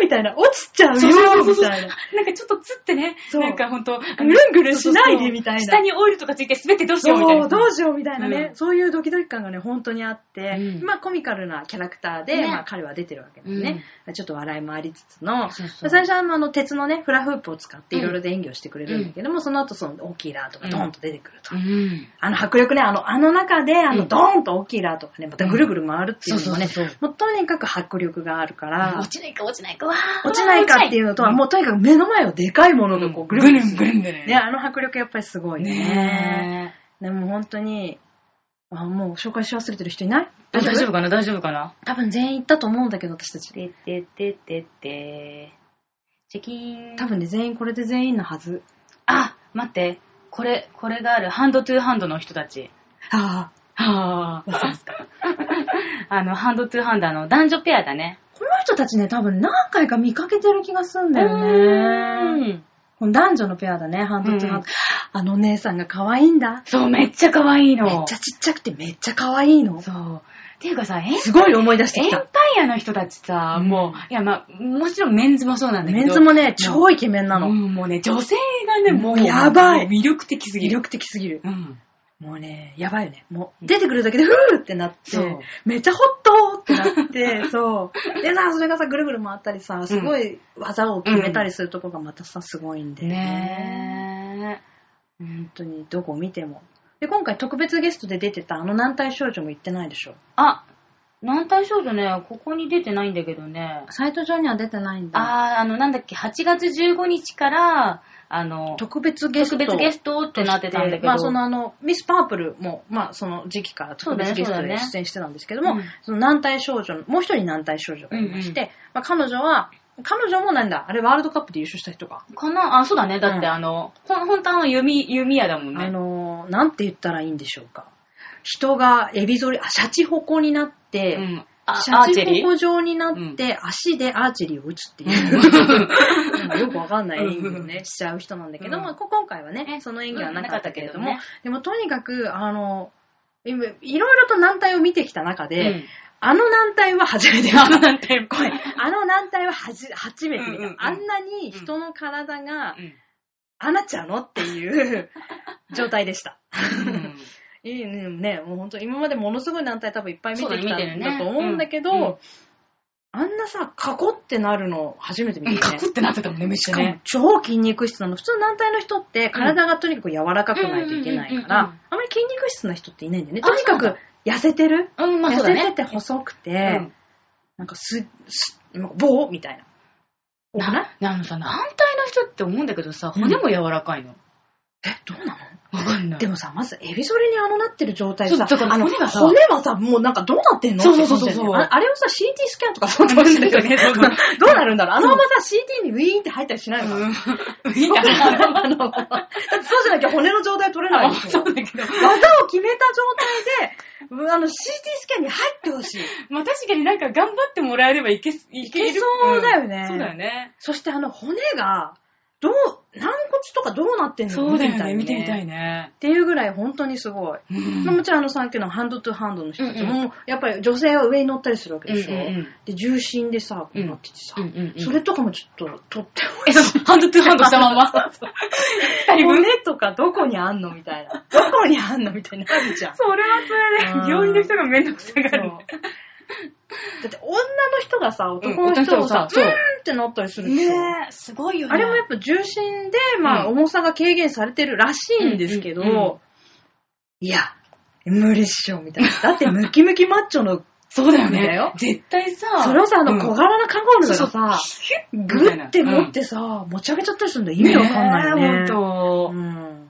[SPEAKER 2] みたいな、落ちちゃうよ
[SPEAKER 1] そうそうそう
[SPEAKER 2] み
[SPEAKER 1] そう。
[SPEAKER 2] た
[SPEAKER 1] ないん
[SPEAKER 2] な
[SPEAKER 1] か。ちょっとつってね、
[SPEAKER 2] そう
[SPEAKER 1] なんかほんと、
[SPEAKER 2] ぐるんぐるんしないでみたいな
[SPEAKER 1] そうそうそう下にオイルとかついて滑ってどうし
[SPEAKER 2] そ
[SPEAKER 1] ようみたいな。
[SPEAKER 2] う、どうしようみたいなね、
[SPEAKER 1] うん
[SPEAKER 2] そういうドキドキ感がね、本当にあって、
[SPEAKER 1] うん
[SPEAKER 2] まあコミカルなキャラクターで、
[SPEAKER 1] ね
[SPEAKER 2] まあ彼は出てるわけですね。ちょっと笑いもありつつの、
[SPEAKER 1] そうそう
[SPEAKER 2] 最初はあの鉄のね、フラフープを使っていろいろで演技をしてくれるんだけども、その後その大きいラートがドーンと出てくると。
[SPEAKER 1] うん。
[SPEAKER 2] あの迫力ね、あの、あの中で、あ
[SPEAKER 1] う
[SPEAKER 2] の、
[SPEAKER 1] ん
[SPEAKER 2] ドーンと大きいラートがね、またぐるぐる回るっていうのもね、
[SPEAKER 1] そうそうそう
[SPEAKER 2] もうとにかく迫力があるから
[SPEAKER 1] 落、ちないか落ちないか、わー
[SPEAKER 2] 落ちないかっていうのとは、もうとにかく目の前をでかいものがこう、ぐるぐる。
[SPEAKER 1] ぐるんぐるん
[SPEAKER 2] ね、あの迫力やっぱりすごいね。
[SPEAKER 1] ね
[SPEAKER 2] でも本当に、あもう紹介し忘れてる人いない
[SPEAKER 1] え。大丈夫かな大丈夫かな
[SPEAKER 2] 多分全員行ったと思うんだけど、私たち。
[SPEAKER 1] ててててて。チキーン。
[SPEAKER 2] 多分ね、全員これで全員のはず。
[SPEAKER 1] あ、待って。これ、これがある。ハンドトゥーハンドの人たち。
[SPEAKER 2] あ
[SPEAKER 1] はぁ。 あの、ハンドトゥーハンド、あの、男女ペアだね。
[SPEAKER 2] あ。この人たちね、多分何回か見かけてる気がすんだよね。
[SPEAKER 1] ね。
[SPEAKER 2] この男女のペアだね、ハンドツーハンド。あの姉さんが可愛いんだ。
[SPEAKER 1] そう、めっちゃ可愛いの。
[SPEAKER 2] めっちゃちっちゃくてめっちゃ可愛いの。
[SPEAKER 1] そう。っていうかさ、え
[SPEAKER 2] すごい思い出して
[SPEAKER 1] エ
[SPEAKER 2] き
[SPEAKER 1] ンパ
[SPEAKER 2] た。
[SPEAKER 1] イアの人たちさ、
[SPEAKER 2] うん
[SPEAKER 1] もう、いや、まあ、もちろんメンズもそうなんだけど。
[SPEAKER 2] メンズもね、超イケメンな
[SPEAKER 1] う
[SPEAKER 2] の。
[SPEAKER 1] んもうね、女性がね、もう、
[SPEAKER 2] やば
[SPEAKER 1] も
[SPEAKER 2] い
[SPEAKER 1] う魅力的すぎ
[SPEAKER 2] 魅
[SPEAKER 1] る。
[SPEAKER 2] 力的すぎる。
[SPEAKER 1] うん。
[SPEAKER 2] もうね、やばいよね。もう、出てくるだけで、ふーってなっ
[SPEAKER 1] そう
[SPEAKER 2] て、めっちゃホットってな って、そう。でさ、それがさ、ぐるぐる回ったりさ、すごい技を決めたりするとこがまたさ、すごいんで。
[SPEAKER 1] ね
[SPEAKER 2] 本当に、どこ見ても。で、今回特別ゲストで出てたあの軟体少女も行ってないでしょ。
[SPEAKER 1] ー。あ、軟体少女ね、ここに出てないんだけどね。
[SPEAKER 2] サイト上には出てないんだ。
[SPEAKER 1] あー、あの、なんだっけ、8月15日から、あの、
[SPEAKER 2] 特別ゲス
[SPEAKER 1] 特
[SPEAKER 2] ト
[SPEAKER 1] 別ゲストってなってたんだけど。
[SPEAKER 2] まあそのあの、ミス・パープルも、まあその時期から特別ゲス
[SPEAKER 1] そ
[SPEAKER 2] ト
[SPEAKER 1] うだ
[SPEAKER 2] で
[SPEAKER 1] ねそうだね
[SPEAKER 2] 出演してたんですけども、
[SPEAKER 1] うん
[SPEAKER 2] その軟体少女の、もう一人軟体少女がいまして、
[SPEAKER 1] うん
[SPEAKER 2] まあ彼女は、彼女もなんだ、あれワールドカップで優勝した人か。
[SPEAKER 1] かなあ、そうだね。だって、
[SPEAKER 2] うん
[SPEAKER 1] あの、ほん、本当あの、弓、弓矢だもんね。
[SPEAKER 2] あのー、なんて言ったらいいんでしょうか。人がエビ反り、あ、シャチホコになって、
[SPEAKER 1] うん。あ、
[SPEAKER 2] シ
[SPEAKER 1] ア
[SPEAKER 2] ャ
[SPEAKER 1] ーチェ
[SPEAKER 2] チ
[SPEAKER 1] リ
[SPEAKER 2] ホ
[SPEAKER 1] ー
[SPEAKER 2] コ状になって、足でアーチェリーを打つっていう、なんか よくわかんない演技をね、しちゃう人なんだけども、
[SPEAKER 1] うん
[SPEAKER 2] こ今回はね
[SPEAKER 1] ね、
[SPEAKER 2] その演技はなかったけれど
[SPEAKER 1] うん
[SPEAKER 2] も、
[SPEAKER 1] なかった
[SPEAKER 2] でもとにかく、あの、今いろいろと軟体を見てきた中で、
[SPEAKER 1] うん
[SPEAKER 2] あの軟体は初 めて見た
[SPEAKER 1] あの、なんて、声。
[SPEAKER 2] あの軟体ははじ初めて見た、
[SPEAKER 1] うんうんうん
[SPEAKER 2] あんなに人の体が、
[SPEAKER 1] う
[SPEAKER 2] あなっちゃうのっていう状態でした。
[SPEAKER 1] ん。
[SPEAKER 2] いいね、ねもう本当今までものすごい軟体多分いっぱい見てき
[SPEAKER 1] そ
[SPEAKER 2] た
[SPEAKER 1] うだね見て
[SPEAKER 2] ん
[SPEAKER 1] る
[SPEAKER 2] だ
[SPEAKER 1] ね
[SPEAKER 2] と思うんだけど、
[SPEAKER 1] うんうん
[SPEAKER 2] あんなさ、カコってなるの初めて見た
[SPEAKER 1] カ
[SPEAKER 2] ね
[SPEAKER 1] ク。ってなってたもんね、めっち
[SPEAKER 2] し
[SPEAKER 1] ゃ
[SPEAKER 2] かも
[SPEAKER 1] ね。
[SPEAKER 2] 超筋肉質なの。普通軟体の人って体がとにかく柔らかくないといけないか
[SPEAKER 1] うんうんうんうんう
[SPEAKER 2] ら
[SPEAKER 1] ん、
[SPEAKER 2] あまり筋肉質な人っていないんだよね。
[SPEAKER 1] あ
[SPEAKER 2] とにか
[SPEAKER 1] そう
[SPEAKER 2] く痩せてる、
[SPEAKER 1] うん、まあそ
[SPEAKER 2] 痩
[SPEAKER 1] うだ
[SPEAKER 2] せ
[SPEAKER 1] ね。
[SPEAKER 2] てて細くて、
[SPEAKER 1] うん
[SPEAKER 2] なんかす、す、なんか棒みたいな。多くない
[SPEAKER 1] なあのさ、軟体の人って思うんだけどさ、骨も柔らかいの。
[SPEAKER 2] え、どうなの
[SPEAKER 1] わかんな
[SPEAKER 2] でもさ、まず、エビ反りにあのなってる状態
[SPEAKER 1] そ
[SPEAKER 2] さ、
[SPEAKER 1] うだから
[SPEAKER 2] あの
[SPEAKER 1] 骨がさ
[SPEAKER 2] 骨はさ、もうなんかどうなってんの
[SPEAKER 1] そうそうそうそう
[SPEAKER 2] って感じだよねああれをさ、CT スキャンとかそうかもしれないよね。
[SPEAKER 1] そうそう
[SPEAKER 2] どうなるんだろうあのままさ、CT にウィーンって入ったりしないのかな、
[SPEAKER 1] うん。い
[SPEAKER 2] い
[SPEAKER 1] いか
[SPEAKER 2] やあ
[SPEAKER 1] な。
[SPEAKER 2] のだってそうじゃなきゃ骨の状態取れない
[SPEAKER 1] あ
[SPEAKER 2] でし
[SPEAKER 1] そ
[SPEAKER 2] ょ
[SPEAKER 1] うだけど。
[SPEAKER 2] 技を決めた状態で、うあの、CT スキャンに入ってほしい。
[SPEAKER 1] まあ確かになんか頑張ってもらえればいけ、い
[SPEAKER 2] いけそうだよね
[SPEAKER 1] うんそうだよね。
[SPEAKER 2] そしてあの骨が、どう、軟骨とかどうなってんの
[SPEAKER 1] そうだよね。
[SPEAKER 2] 見
[SPEAKER 1] 見
[SPEAKER 2] て
[SPEAKER 1] て
[SPEAKER 2] み
[SPEAKER 1] み
[SPEAKER 2] た
[SPEAKER 1] た
[SPEAKER 2] い
[SPEAKER 1] い
[SPEAKER 2] ね。
[SPEAKER 1] ね。
[SPEAKER 2] っていうぐらい本当にすごい。
[SPEAKER 1] うん
[SPEAKER 2] まあもちろんあのさっきのハンドトゥハンドの人たち
[SPEAKER 1] うん
[SPEAKER 2] も、やっぱり女性は上に乗ったりするわけでしょ。
[SPEAKER 1] うんうんうん
[SPEAKER 2] で、重心でさ、こうなっててさ、
[SPEAKER 1] うんうんうん
[SPEAKER 2] それとかもちょっと 取ってほ
[SPEAKER 1] え、
[SPEAKER 2] しい。
[SPEAKER 1] そうハンドトゥーハンドしたまま。二人分。
[SPEAKER 2] 骨とかどこにあんのみたいな。どこにあんのみたいになるじゃ ん。
[SPEAKER 1] それは
[SPEAKER 2] うん
[SPEAKER 1] それで、病院の人がめんどくさがる。
[SPEAKER 2] そうだって女の人がさ、男
[SPEAKER 1] うん
[SPEAKER 2] の
[SPEAKER 1] 男の人
[SPEAKER 2] 人も
[SPEAKER 1] も
[SPEAKER 2] さ
[SPEAKER 1] さ、
[SPEAKER 2] う
[SPEAKER 1] そ
[SPEAKER 2] ー
[SPEAKER 1] うん
[SPEAKER 2] ってなったりするでしょ。
[SPEAKER 1] ねえ、すごいよね。
[SPEAKER 2] あれもやっぱ重心で、まあ、
[SPEAKER 1] うん
[SPEAKER 2] 重さが軽減されてるらしいんですけど、
[SPEAKER 1] うんうんうん
[SPEAKER 2] いや、無理っしょ、みたいな。だってムキムキマッチョの、
[SPEAKER 1] そうだよ
[SPEAKER 2] だ
[SPEAKER 1] ね
[SPEAKER 2] よ。
[SPEAKER 1] 絶対さ。
[SPEAKER 2] それをさ、あの小
[SPEAKER 1] が
[SPEAKER 2] 柄なカンガルー
[SPEAKER 1] そうそう
[SPEAKER 2] がさ、
[SPEAKER 1] ヒュッ
[SPEAKER 2] グッて持ってさ、持ち上げちゃったりするんだよ。意味わかんないよね。
[SPEAKER 1] えほんと
[SPEAKER 2] うん。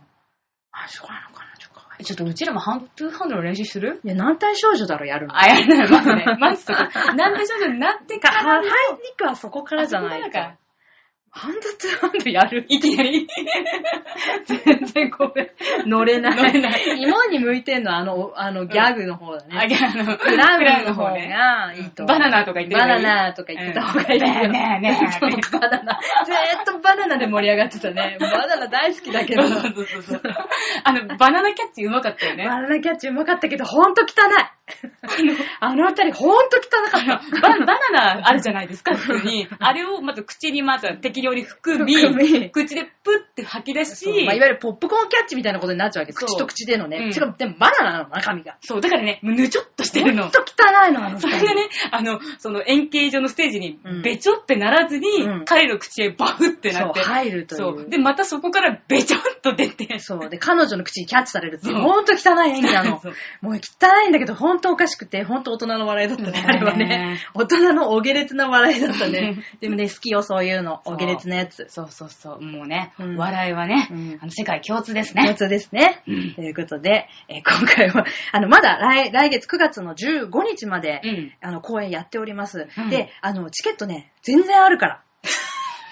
[SPEAKER 2] あ、そうなのかな、ちょっとかわいい。
[SPEAKER 1] ちょっとうちらもハントゥーハンドの練習する
[SPEAKER 2] いや、軟体少女だろ、やるの。
[SPEAKER 1] あ、やらない。まずね。まずそこ。なんで少女になって
[SPEAKER 2] か、
[SPEAKER 1] から
[SPEAKER 2] ハ
[SPEAKER 1] の
[SPEAKER 2] イニックはそこからじゃない
[SPEAKER 1] あそこからか。
[SPEAKER 2] ハンドツーハンドやる
[SPEAKER 1] いきなり。全然ごめん。
[SPEAKER 2] 乗れない。
[SPEAKER 1] 乗れない
[SPEAKER 2] 芋に向いてんのはあの、あの、ギャグの方だ
[SPEAKER 1] あ
[SPEAKER 2] ね。
[SPEAKER 1] げ、あの、
[SPEAKER 2] クラブの
[SPEAKER 1] ク
[SPEAKER 2] 方
[SPEAKER 1] ラ
[SPEAKER 2] がいいと思
[SPEAKER 1] バ
[SPEAKER 2] う。
[SPEAKER 1] ナナとか言って
[SPEAKER 2] バ
[SPEAKER 1] ればい
[SPEAKER 2] ナ
[SPEAKER 1] い
[SPEAKER 2] ナとか言ってた方がいいよ。
[SPEAKER 1] うんねえねえねえって
[SPEAKER 2] そうバナナ。ずーっとバナナで盛り上がってた ね。バナナ大好きだけど。
[SPEAKER 1] そうそうそうそう。あの、バナナキャッチうまかったよね。
[SPEAKER 2] バナナキャッチうまかったけど、ほんと汚い。 あの二人ほんと汚かっ
[SPEAKER 1] バ
[SPEAKER 2] た。
[SPEAKER 1] バナナあるじゃないですか、普通に。あれをまず口にまず適量に含み、
[SPEAKER 2] 含み
[SPEAKER 1] 口でプッて吐き出し、
[SPEAKER 2] そうまあ、いわゆるポップコーンキャッチみたいなことになっちゃうわけ。
[SPEAKER 1] そう
[SPEAKER 2] 口と口でのね。
[SPEAKER 1] うん
[SPEAKER 2] しかも、でもバナナなの、中身が。
[SPEAKER 1] そう、だからね、ぬちょっとしてる
[SPEAKER 2] ほ
[SPEAKER 1] の
[SPEAKER 2] ん。と汚いの、あの
[SPEAKER 1] そ
[SPEAKER 2] 二
[SPEAKER 1] れ
[SPEAKER 2] 人
[SPEAKER 1] がね、あの、その円形状のステージに
[SPEAKER 2] うん、
[SPEAKER 1] べちょってならずに、
[SPEAKER 2] うん
[SPEAKER 1] 彼の口へバフってなって。
[SPEAKER 2] そう入るという
[SPEAKER 1] そうで、またそこからべちょっと出て。
[SPEAKER 2] そう。で、彼女の口にキャッチされるって、
[SPEAKER 1] そう
[SPEAKER 2] ほんと汚い演技なの
[SPEAKER 1] そう。
[SPEAKER 2] もう汚いんだけど、ほんとおかしくて、ほんと大人の笑いだったね
[SPEAKER 1] ね、
[SPEAKER 2] あれはね。大人のお下劣な笑いだったね。でもね、好きよ、そういうの。
[SPEAKER 1] そう
[SPEAKER 2] お下劣なやつ。
[SPEAKER 1] そうそうそう、もうね、
[SPEAKER 2] うん
[SPEAKER 1] 笑いはね、
[SPEAKER 2] うん
[SPEAKER 1] あの世界共通です
[SPEAKER 2] 共
[SPEAKER 1] ね。
[SPEAKER 2] 通ですね。
[SPEAKER 1] うん
[SPEAKER 2] ということで、えー今回は、あの、まだ来来月9月の15日まで、
[SPEAKER 1] うん
[SPEAKER 2] あの、公演やっております。
[SPEAKER 1] うん
[SPEAKER 2] で、あの、チケットね、全然あるから。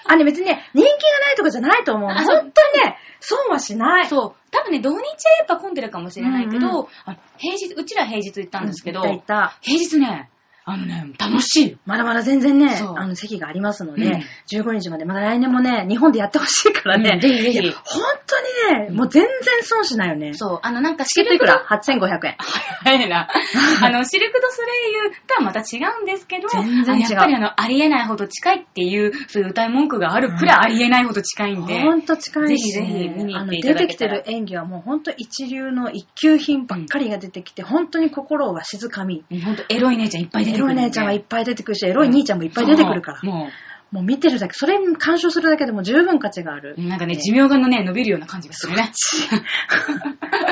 [SPEAKER 2] あね、別にね、人気がないとかじゃないと思う。
[SPEAKER 1] あ
[SPEAKER 2] 本
[SPEAKER 1] そう
[SPEAKER 2] 当にね、損はしない。
[SPEAKER 1] そう。多分ね、土日はやっぱ混んでるかもしれないけど、
[SPEAKER 2] うんう
[SPEAKER 1] あの平日、うちら平日行ったんですけど、
[SPEAKER 2] いたいた。
[SPEAKER 1] 平日ね、あのね、楽しいよ。
[SPEAKER 2] まだまだ全然ね、
[SPEAKER 1] そう
[SPEAKER 2] あの、席がありますので、
[SPEAKER 1] うん
[SPEAKER 2] 15日まで、まだ来年もね、日本でやってほしいからね。
[SPEAKER 1] うんぜひぜひ
[SPEAKER 2] いや本当にね、もう全然損しないよね。
[SPEAKER 1] そう、あのなんか
[SPEAKER 2] チケットいくら ?8500 円。
[SPEAKER 1] 早い な。あの、シルク・ドゥ・ソレイユとはまた違うんですけど、
[SPEAKER 2] 全然違う
[SPEAKER 1] あやっぱりあの、ありえないほど近いっていう、そういう歌い文句があるくらいありえないほど近いんで。
[SPEAKER 2] ほんと近いし、
[SPEAKER 1] ぜひぜひ見に行
[SPEAKER 2] あ
[SPEAKER 1] っ
[SPEAKER 2] の
[SPEAKER 1] てい
[SPEAKER 2] 出
[SPEAKER 1] ただ
[SPEAKER 2] て
[SPEAKER 1] け
[SPEAKER 2] きて
[SPEAKER 1] たら
[SPEAKER 2] る演技はもうほんと一流の一級品ばっかりが出てきて、本当に心が静かみ。
[SPEAKER 1] ほんと、エロい姉ちゃんいっぱい出て
[SPEAKER 2] エ
[SPEAKER 1] くるん
[SPEAKER 2] ロい
[SPEAKER 1] で。
[SPEAKER 2] 姉ちゃんはいっぱい出てくるし、エ
[SPEAKER 1] ぱ
[SPEAKER 2] ロい兄ちゃんもいっぱい出てくるから。
[SPEAKER 1] も
[SPEAKER 2] もう見てるだけ、それに鑑賞するだけでも十分価値がある。
[SPEAKER 1] う、なんかね、寿命がのね、伸びるような感じがするね。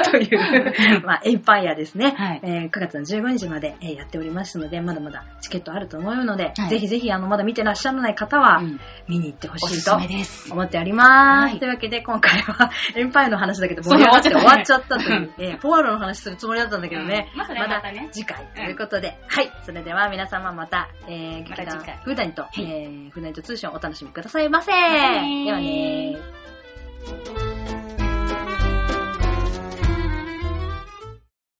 [SPEAKER 2] という、まあ、エンパイアですね、
[SPEAKER 1] はい
[SPEAKER 2] えー9月の15日まで、えーやっておりますので、まだまだチケットあると思うので、
[SPEAKER 1] はい
[SPEAKER 2] ぜひぜひ、あの、まだ見てらっしゃらない方は、
[SPEAKER 1] うん
[SPEAKER 2] 見に行ってほ
[SPEAKER 1] おす
[SPEAKER 2] しい
[SPEAKER 1] す
[SPEAKER 2] と
[SPEAKER 1] めです。
[SPEAKER 2] 思っております。
[SPEAKER 1] はい
[SPEAKER 2] というわけで、今回は、エンパイアの話だけど、盛り上がって
[SPEAKER 1] そう
[SPEAKER 2] 終
[SPEAKER 1] 終わ
[SPEAKER 2] わ
[SPEAKER 1] っ
[SPEAKER 2] っ
[SPEAKER 1] ち
[SPEAKER 2] ち
[SPEAKER 1] ゃ
[SPEAKER 2] ゃ
[SPEAKER 1] っ
[SPEAKER 2] ったた
[SPEAKER 1] ね
[SPEAKER 2] という、えーポワロの話するつもりだったんだけどね、
[SPEAKER 1] うんまあそれはまたね
[SPEAKER 2] 次回ということで、はい、それでは皆様また、えー、
[SPEAKER 1] また
[SPEAKER 2] 劇団
[SPEAKER 1] 次回
[SPEAKER 2] フーダニと、
[SPEAKER 1] い
[SPEAKER 2] えー、フーダニと通信をお楽しみくださいませ。で
[SPEAKER 1] ね
[SPEAKER 2] はねー。